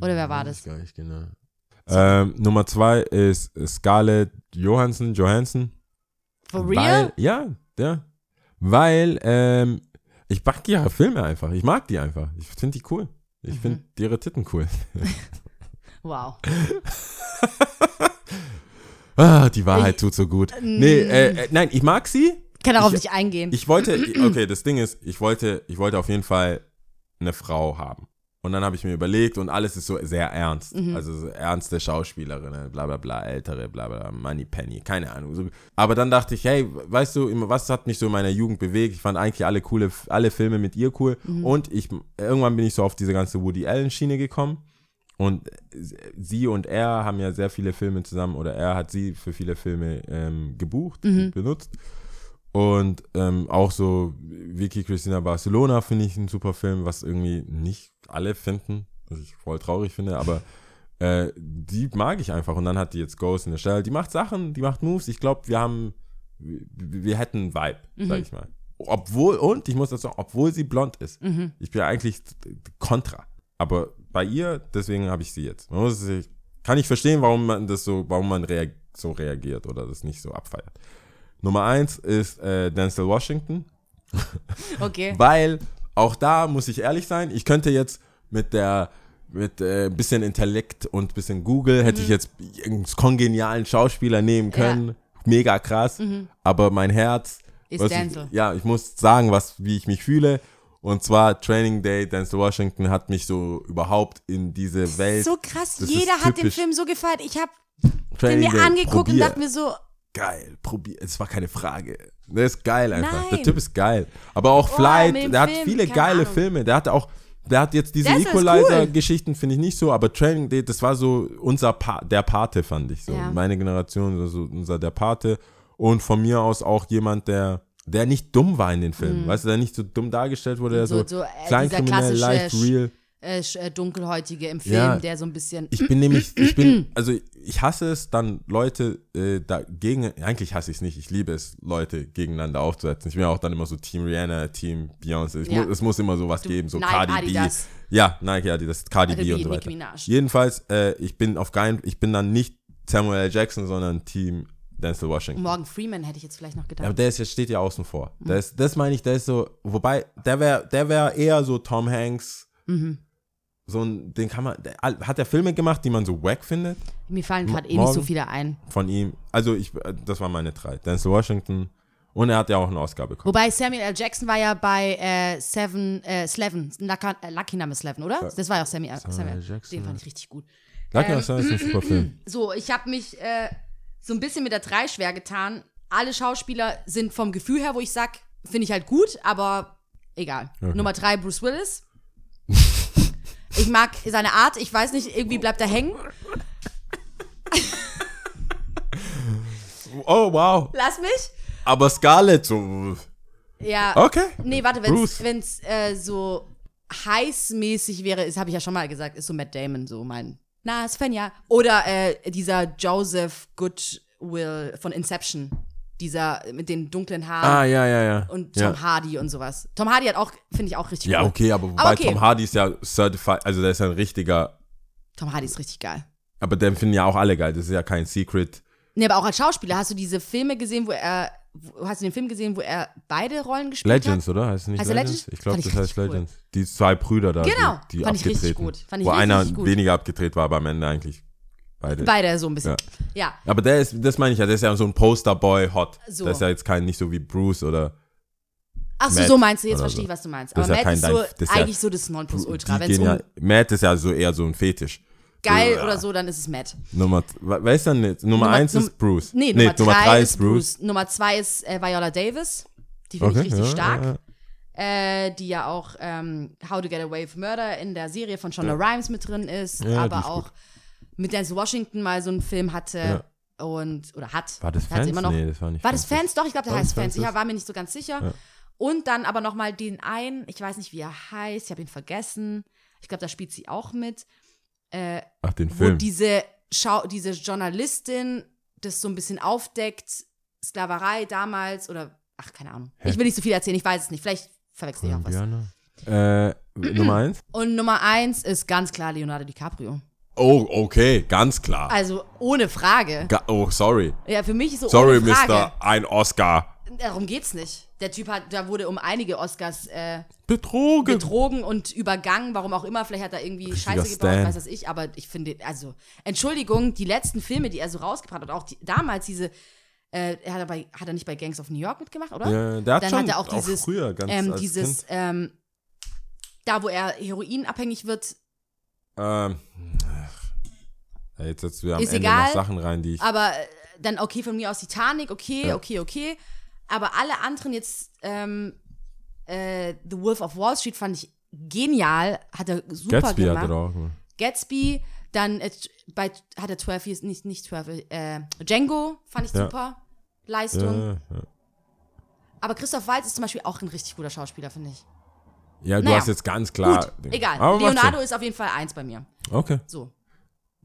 S3: Oder wer war
S5: Weiß
S3: das?
S5: Mm, ich Gar nicht genau. Ähm, Nummer zwei ist Scarlett Johansson. Johansson.
S3: For real?
S5: Weil, ja, ja. Weil ähm, ich mag ihre Filme einfach. Ich mag die einfach. Ich finde die cool. Ich finde
S3: Mhm.
S5: ihre Titten cool.
S3: Wow.
S5: Ah, die Wahrheit tut so gut. Nee, äh, äh, nein, ich mag sie.
S3: Kann darauf
S5: Ich-
S3: nicht eingehen.
S5: Ich wollte, okay, das Ding ist, ich wollte, ich wollte auf jeden Fall eine Frau haben. Und dann habe ich mir überlegt und alles ist so sehr ernst. Also so ernste Schauspielerinnen, bla bla bla, ältere, bla bla, Money Penny, keine Ahnung. So. Aber dann dachte ich, hey, weißt du, immer- was hat mich so in meiner Jugend bewegt? Ich fand eigentlich alle coole, alle Filme mit ihr cool. Und ich, irgendwann bin ich so auf diese ganze Woody Allen Schiene gekommen. Und sie und er haben ja sehr viele Filme zusammen oder er hat sie für viele Filme ähm, gebucht, benutzt. Und ähm, auch so Vicky Cristina Barcelona finde ich ein super Film, was irgendwie nicht alle finden, was ich voll traurig finde, aber äh, die mag ich einfach. Und dann hat die jetzt Ghost in the Shell. Die macht Sachen, die macht Moves. Ich glaube, wir haben, wir, wir hätten einen Vibe, sag ich mal. Obwohl, und ich muss dazu sagen, obwohl sie blond ist. Ich bin ja eigentlich kontra. Aber bei ihr, deswegen habe ich sie jetzt. Man muss sich, kann ich verstehen, warum man das so, warum man reag so reagiert oder das nicht so abfeiert. Nummer eins ist äh, Denzel Washington,
S3: Okay.
S5: weil auch da muss ich ehrlich sein, ich könnte jetzt mit der mit äh, ein bisschen Intellekt und ein bisschen Google hätte
S3: Mhm.
S5: ich jetzt irgendeinen kongenialen Schauspieler nehmen können. Mega krass. Aber mein Herz.
S3: Mhm. Ist
S5: was ich,
S3: Denzel.
S5: ja, ich muss sagen, was, wie ich mich fühle. Und zwar Training Day, Denzel Washington hat mich so überhaupt in diese Welt.
S3: So krass,
S5: das ist
S3: jeder hat den
S5: typisch
S3: Film so gefeiert. Ich habe den
S5: Training
S3: mir
S5: Day,
S3: angeguckt und
S5: probier.
S3: dachte mir so,
S5: geil, probier. Es war keine Frage. Der ist geil einfach. Der
S3: Nein. Oh,
S5: Typ ist geil. Aber auch
S3: mit
S5: Flight,
S3: dem
S5: der hat
S3: Film,
S5: viele
S3: keine
S5: geile
S3: Ahnung.
S5: Filme. Der hatte auch, der hat jetzt diese
S3: Der ist cool.
S5: Equalizer-Geschichten, finde ich nicht so, aber Training Day, das war so unser pa der Pate, fand ich so.
S3: Ja.
S5: Meine Generation, also unser der Pate. Und von mir aus auch jemand, der der nicht dumm war in den Filmen, weißt du, der nicht so dumm dargestellt wurde, der so,
S3: Mhm. So- so, äh,
S5: kleinkriminell,
S3: dieser
S5: leicht,
S3: klassische
S5: real.
S3: äh, Sch- äh, Dunkelhäutige im Film,
S5: Ja.
S3: der so ein bisschen.
S5: Ich bin nämlich, ich bin, also ich hasse es, dann Leute äh, dagegen, eigentlich hasse ich es nicht, ich liebe es, Leute gegeneinander aufzusetzen. Ich bin ja auch dann immer so Team Rihanna, Team Beyoncé. Ich
S3: Ja.
S5: mu es muss immer sowas geben, so
S3: Nike,
S5: Cardi
S3: Adidas.
S5: B. Ja, Nike, Adidas, Cardi
S3: Cardi
S5: B
S3: B,
S5: und so
S3: Nicki
S5: weiter.
S3: Minaj.
S5: Jedenfalls, äh, ich bin auf keinen, ich bin dann nicht Samuel L. Jackson, sondern Team Denzel Washington.
S3: Morgan Freeman hätte ich jetzt vielleicht noch
S5: Ja,
S3: gedacht.
S5: aber der ist, jetzt steht ja außen vor.
S3: Mhm.
S5: Der ist, das meine ich, der ist so, wobei, der wäre der wär eher so Tom Hanks.
S3: Mhm.
S5: So ein, den kann man, der, hat der Filme gemacht, die man so wack findet?
S3: Mir fallen gerade eh nicht
S5: Morgan-
S3: so viele ein.
S5: von ihm. Also ich, das waren meine drei. Denzel Washington und er hat ja auch einen Oscar bekommen.
S3: Wobei Samuel L. Jackson war ja bei äh, Seven, äh, Sleven, Lucky, äh, Lucky Number Sleven, oder? Das war ja auch Samuel, äh, Samuel
S5: L.
S3: L.
S5: Jackson.
S3: Jackson. Den fand ich richtig gut.
S5: Lucky ähm, ist ein super Film.
S3: So, ich habe mich äh, so ein bisschen mit der 3 schwer getan. Alle Schauspieler sind vom Gefühl her, wo ich sag, finde ich halt gut, aber egal.
S5: Okay.
S3: Nummer 3, Bruce Willis. ich mag seine Art, ich weiß nicht, irgendwie bleibt er hängen.
S5: Oh wow.
S3: Lass mich.
S5: Aber Scarlett so.
S3: Ja.
S5: Okay.
S3: Nee, warte,
S5: Bruce.
S3: wenn es äh, so heißmäßig wäre, das habe ich ja schon mal gesagt, ist so Matt Damon so mein. Na, Svenja. Oder äh, dieser Joseph Goodwill von Inception. Dieser mit den dunklen
S5: Ah
S3: Haaren
S5: ja ja ja.
S3: und Tom
S5: ja.
S3: Hardy und sowas. Tom Hardy hat auch, finde ich, auch richtig
S5: Ja
S3: cool.
S5: okay, aber wobei
S3: Aber okay.
S5: Tom Hardy ist ja certified, also der ist ja ein richtiger.
S3: Tom Hardy ist richtig geil.
S5: Aber den finden ja auch alle geil. Das ist ja kein Secret.
S3: Nee, aber auch als Schauspieler hast du diese Filme gesehen, wo er. wo- Hast du den Film gesehen, wo er beide Rollen gespielt
S5: Legends, oder? Heißt es nicht
S3: Heißt er
S5: Legends?
S3: Also Legends?
S5: Ich glaube,
S3: Fand ich
S5: das heißt
S3: richtig cool.
S5: Legends. Die zwei Brüder da,
S3: Genau.
S5: die, die
S3: Fand ich richtig
S5: abgetreten.
S3: gut. Fand ich
S5: wo
S3: richtig
S5: einer
S3: gut.
S5: weniger abgedreht war, aber am Ende eigentlich beide.
S3: hat? Beide so ein bisschen. ja.
S5: Aber der ist, das meine ich ja, der ist ja so ein Posterboy hot.
S3: So.
S5: Das ist ja jetzt kein, nicht so wie Bruce oder.
S3: Ach so,
S5: Matt
S3: so meinst du, jetzt
S5: oder
S3: verstehe
S5: so.
S3: ich, was du meinst.
S5: Das
S3: Aber
S5: ist ja
S3: Matt ist
S5: kein
S3: so
S5: dein- das ist ja
S3: eigentlich so das Nonplusultra.
S5: die
S3: Wenn es
S5: gehen ja,
S3: um
S5: Matt ist ja so eher so ein Fetisch.
S3: geil
S5: Ja.
S3: oder so, dann ist es Matt.
S5: Nummer, wa- wer ist denn jetzt? Nummer,
S3: Nummer-
S5: eins
S3: Num-
S5: ist Bruce.
S3: Nee, Nummer, drei, ist Bruce. Nummer zwei ist äh, Viola Davis. Die finde ich richtig
S5: ja,
S3: stark.
S5: ja, ja.
S3: Äh, die ja auch ähm, How to Get Away with Murder in der Serie von Shonda Rhimes mit drin ist.
S5: Ja, die
S3: aber
S5: ist
S3: auch mit Denzel Washington mal so einen Film hatte. Und, oder hat.
S5: War das
S3: Hat sie
S5: Fans?
S3: Immer noch.
S5: Nee, das war nicht
S3: War das Fans? Doch, ich glaube, der
S5: War das
S3: heißt Fans.
S5: Fans?
S3: Ich war mir nicht so ganz sicher. Und dann aber nochmal den einen, ich weiß nicht, wie er heißt, ich habe ihn vergessen. Ich glaube, da spielt sie auch mit,
S5: Ach, den
S3: wo
S5: Film.
S3: diese, Schau diese Journalistin das so ein bisschen aufdeckt, Sklaverei damals oder, ach, keine Ahnung. Ich will nicht so viel erzählen, ich weiß es nicht. Vielleicht verwechsel ich auch was.
S5: Kolumbianer. Äh, Nummer eins?
S3: Und Nummer eins ist ganz klar Leonardo DiCaprio.
S5: Oh, okay, ganz klar.
S3: Also ohne Frage.
S5: Ga oh, sorry.
S3: Ja, für mich ist so
S5: Sorry,
S3: ohne Frage.
S5: Mister, ein Oscar.
S3: Darum geht's nicht. Der Typ hat, da wurde um einige Oscars äh,
S5: Betrogen.
S3: betrogen und übergangen, warum auch immer. Vielleicht hat er irgendwie
S5: Richtiger
S3: Scheiße
S5: Stan.
S3: gebaut, weiß das ich. Aber ich finde, also, Entschuldigung, die letzten Filme, die er so rausgebracht hat, auch die, damals diese, äh, er hat, er bei, hat er nicht bei Gangs of New York mitgemacht, oder?
S5: Ja, der hat
S3: Dann
S5: schon
S3: hat er auch dieses,
S5: früher ganz
S3: ähm,
S5: als
S3: dieses,
S5: Kind.
S3: ähm, da wo er heroinabhängig wird,
S5: Ähm, ach. jetzt setzen wir am
S3: Ist
S5: Ende noch
S3: egal,
S5: Sachen rein, die ich
S3: aber äh, dann okay, von mir aus Titanic, okay,
S5: Ja.
S3: okay, okay. Aber alle anderen jetzt, ähm, äh, The Wolf of Wall Street fand ich genial, hat er super
S5: Gatsby
S3: gemacht.
S5: hat er auch. ne?
S3: Gatsby, dann äh, bei, hat er 12 Years, nicht, nicht 12, äh, Django fand ich
S5: Ja.
S3: super.
S5: Ja,
S3: Leistung.
S5: ja, Äh, ja.
S3: Aber Christoph Waltz ist zum Beispiel auch ein richtig guter Schauspieler, finde ich.
S5: ja du
S3: Naja.
S5: hast jetzt ganz klar.
S3: Gut, egal.
S5: Aber macht
S3: Leonardo ist auf jeden Fall eins bei mir.
S5: Sinn. Okay.
S3: So.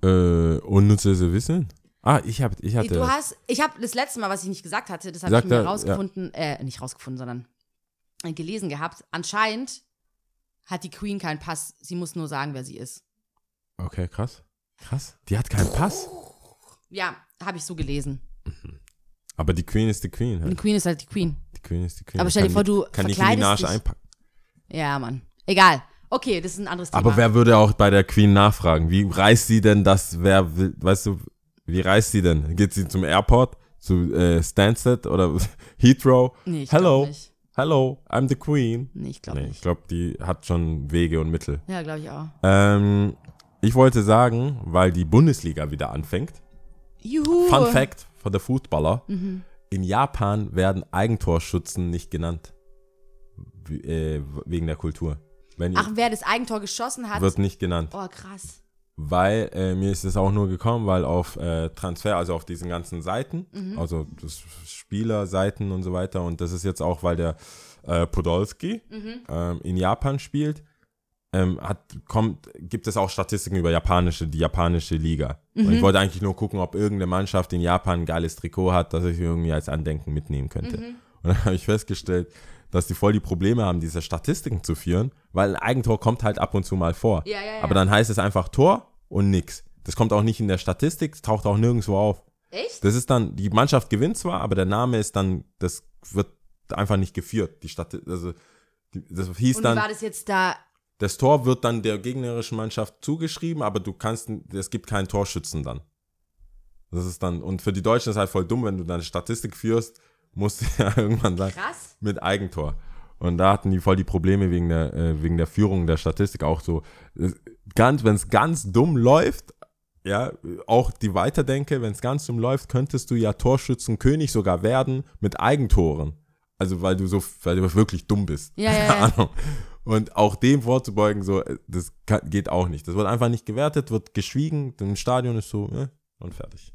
S5: Äh, unnützes Wissen? Ah, ich, hab, ich hatte.
S3: Du hast, ich habe das letzte Mal, was ich nicht gesagt hatte, das habe
S5: Sag
S3: ich mir
S5: da,
S3: rausgefunden, äh, nicht rausgefunden, sondern äh, gelesen gehabt. Anscheinend hat die Queen keinen Pass. Sie muss nur sagen, wer sie ist.
S5: okay, krass. Krass. Die hat keinen Pass.
S3: Ja, habe ich so gelesen.
S5: Aber die Queen ist die Queen.
S3: Die
S5: Halt.
S3: Queen ist halt die Queen.
S5: Die Queen ist die Queen.
S3: Aber stell dir
S5: Kann
S3: vor,
S5: die-
S3: du
S5: Kann Nicki
S3: verkleidest
S5: Minaj
S3: dich.
S5: einpacken.
S3: Ja, Mann. Egal. Okay, das ist ein anderes Thema.
S5: Aber wer würde auch bei der Queen nachfragen? Wie reißt sie denn das? Wer, will- weißt du, wie reist sie denn? Geht sie zum Airport, zu äh, Stansted oder Heathrow?
S3: Nee, ich glaub
S5: Hello,
S3: nicht.
S5: hello, I'm the Queen.
S3: Nee, ich glaube
S5: nee, ich
S3: nicht.
S5: glaube, die hat schon Wege und Mittel.
S3: Ja, glaube ich auch.
S5: Ähm, ich wollte sagen, weil die Bundesliga wieder anfängt.
S3: Juhu.
S5: Fun Fact für der Footballer: In Japan werden Eigentorschützen nicht genannt. Wie- Äh, wegen der Kultur. Wenn
S3: Ach, wer das Eigentor geschossen hat.
S5: wird nicht genannt.
S3: Oh, krass.
S5: weil äh, mir ist es auch nur gekommen, weil auf äh, Transfer, also auf diesen ganzen Seiten, also das Spielerseiten und so weiter, und das ist jetzt auch, weil der äh, Podolski
S3: Mhm.
S5: ähm, in Japan spielt, ähm, hat, kommt, gibt es auch Statistiken über japanische, die japanische Liga. Und
S3: Mhm.
S5: ich wollte eigentlich nur gucken, ob irgendeine Mannschaft in Japan ein geiles Trikot hat, dass ich irgendwie als Andenken mitnehmen könnte.
S3: Mhm.
S5: Und dann habe ich festgestellt, dass die voll die Probleme haben, diese Statistiken zu führen, weil ein Eigentor kommt halt ab und zu mal vor.
S3: Ja, ja, ja.
S5: Aber dann heißt es einfach Tor und nix. Das kommt auch nicht in der Statistik, es taucht auch nirgendwo auf.
S3: Echt?
S5: Das ist dann, die Mannschaft gewinnt zwar, aber der Name ist dann, das wird einfach nicht geführt. Die Stadt, also, die, das hieß
S3: Und wie
S5: dann,
S3: war das jetzt da?
S5: das Tor wird dann der gegnerischen Mannschaft zugeschrieben, aber du kannst, es gibt keinen Torschützen dann. Das ist dann, und für die Deutschen ist halt voll dumm, wenn du deine Statistik führst, musst du ja irgendwann sagen,
S3: Krass.
S5: mit Eigentor. Und da hatten die voll die Probleme wegen der, äh, wegen der Führung der Statistik auch so. äh, Ganz, wenn es ganz dumm läuft, ja, äh, auch die Weiterdenke, wenn es ganz dumm läuft, könntest du ja Torschützenkönig sogar werden mit Eigentoren. Also weil du so, weil du wirklich dumm bist.
S3: Ja, ja,
S5: Keine
S3: ja.
S5: Ahnung. Und auch dem vorzubeugen, so, äh, das kann, geht auch nicht. Das wird einfach nicht gewertet, wird geschwiegen, im Stadion ist so, äh, und fertig.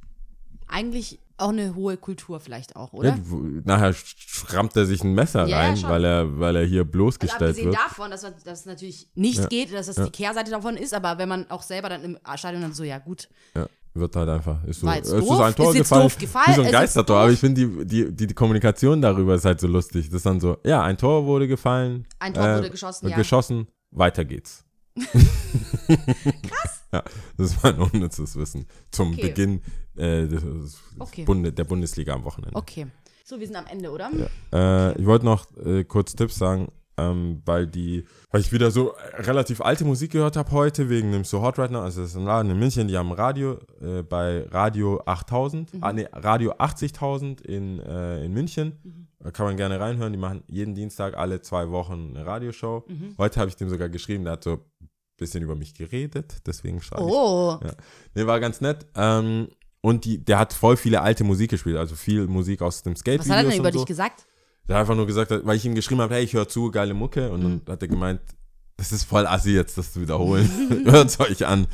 S3: Eigentlich auch eine hohe Kultur vielleicht auch, oder? Also
S5: Ja, w- nachher schrammt er sich ein Messer
S3: Ja, ja,
S5: rein,
S3: schon.
S5: weil er, weil er hier
S3: Also
S5: bloßgestellt
S3: abgesehen
S5: wird.
S3: davon, dass man- dass es natürlich nicht geht, dass das die Kehrseite davon ist, aber wenn man auch selber dann im Stadion dann so, ja gut,
S5: Ja, wird halt einfach. Ist so,
S3: War jetzt
S5: es ist
S3: doof,
S5: ein Tor
S3: ist jetzt
S5: gefallen.
S3: doof gefallen,
S5: Wie so
S3: ist
S5: ein
S3: jetzt
S5: Geistertor.
S3: doof.
S5: Aber ich finde die, die, die, die Kommunikation darüber ist halt so lustig. Das ist dann so, ja, ein Tor wurde gefallen. äh,
S3: Ein Tor wurde geschossen, ja.
S5: Geschossen, weiter geht's. Krass. Ja, das ist mein unnützes Wissen zum
S3: Okay.
S5: Beginn äh, des, des
S3: Okay.
S5: Bunde, der Bundesliga am Wochenende.
S3: okay. So, wir sind am Ende, oder?
S5: Äh, ich wollte noch äh, kurz Tipps sagen, ähm, weil die, weil ich wieder so äh, relativ alte Musik gehört habe heute wegen dem So Hot Right Now. Also das ist ein Laden in München, die haben Radio äh, bei Radio 8000,
S3: Mhm.
S5: ah, nee, Radio 80.000 in, äh, in München.
S3: Mhm.
S5: Da Kann man gerne reinhören. Die machen jeden Dienstag alle zwei Wochen eine Radioshow.
S3: Mhm.
S5: Heute habe ich dem sogar geschrieben, der hat so ein bisschen über mich geredet, deswegen schreibe ich
S3: Oh,
S5: ja. Nee, war ganz nett. Ähm, und die, der hat voll viele alte Musik gespielt, also viel Musik aus dem skate
S3: was hat er denn
S5: und
S3: über
S5: so.
S3: dich gesagt?
S5: Der hat einfach nur gesagt, hat, weil ich ihm geschrieben habe, hey, ich höre zu, geile Mucke. Und
S3: Mhm.
S5: dann hat er gemeint, das ist voll assi jetzt, das zu wiederholen. Hört's euch an.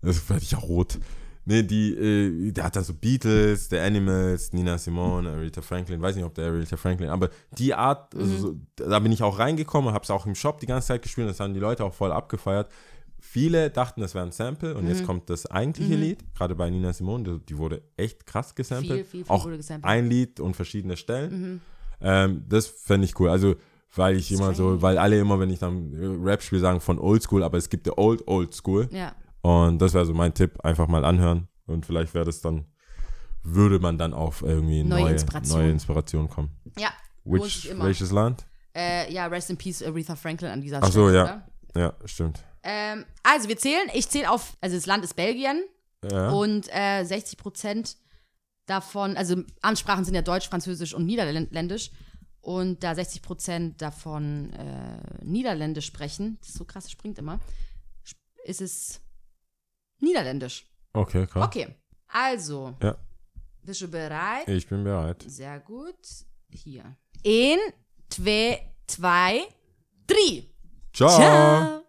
S5: Das werde ich ja rot. Nee, die, äh, der hat da so Beatles, The Animals, Nina Simone, Aretha Franklin, weiß nicht, ob der Aretha Franklin, aber die Art,
S3: Mhm.
S5: also so, da bin ich auch reingekommen und hab's auch im Shop die ganze Zeit gespielt, das haben die Leute auch voll abgefeiert. Viele dachten, das wäre ein Sample und
S3: Mhm.
S5: jetzt kommt das eigentliche Lied, gerade bei Nina Simone, die, die wurde echt krass gesampelt.
S3: Viel, viel, viel
S5: auch
S3: wurde gesampelt.
S5: ein Lied und verschiedene Stellen. Ähm, das fände ich cool. Also, weil ich immer so, weil alle immer, wenn ich dann Rap spiele, sagen von Oldschool, aber es gibt ja Old, Old School.
S3: Ja.
S5: Und das wäre so mein Tipp, einfach mal anhören. Und vielleicht wäre das dann, würde man dann auf irgendwie
S3: Neue
S5: neue, neue,
S3: Inspiration.
S5: Inspiration. kommen.
S3: Ja, lohnt sich
S5: Which,
S3: immer.
S5: welches Land?
S3: Äh, ja, rest in peace Aretha Franklin an dieser
S5: Ach so,
S3: Stelle.
S5: ja.
S3: oder?
S5: Ja, stimmt.
S3: Ähm, also, wir zählen, ich zähle auf, also das Land ist Belgien
S5: Ja.
S3: und äh, 60 Prozent davon, also Amtssprachen sind ja Deutsch, Französisch und Niederländisch. Und da 60 Prozent davon äh, Niederländisch sprechen, das ist so krass, das springt immer, sp- ist es Niederländisch.
S5: Okay, krass.
S3: Okay, also,
S5: Ja.
S3: bist du bereit?
S5: Ich bin bereit.
S3: Sehr gut. Hier. In, zwei, zwei, drei.
S5: Ciao.
S3: Ciao.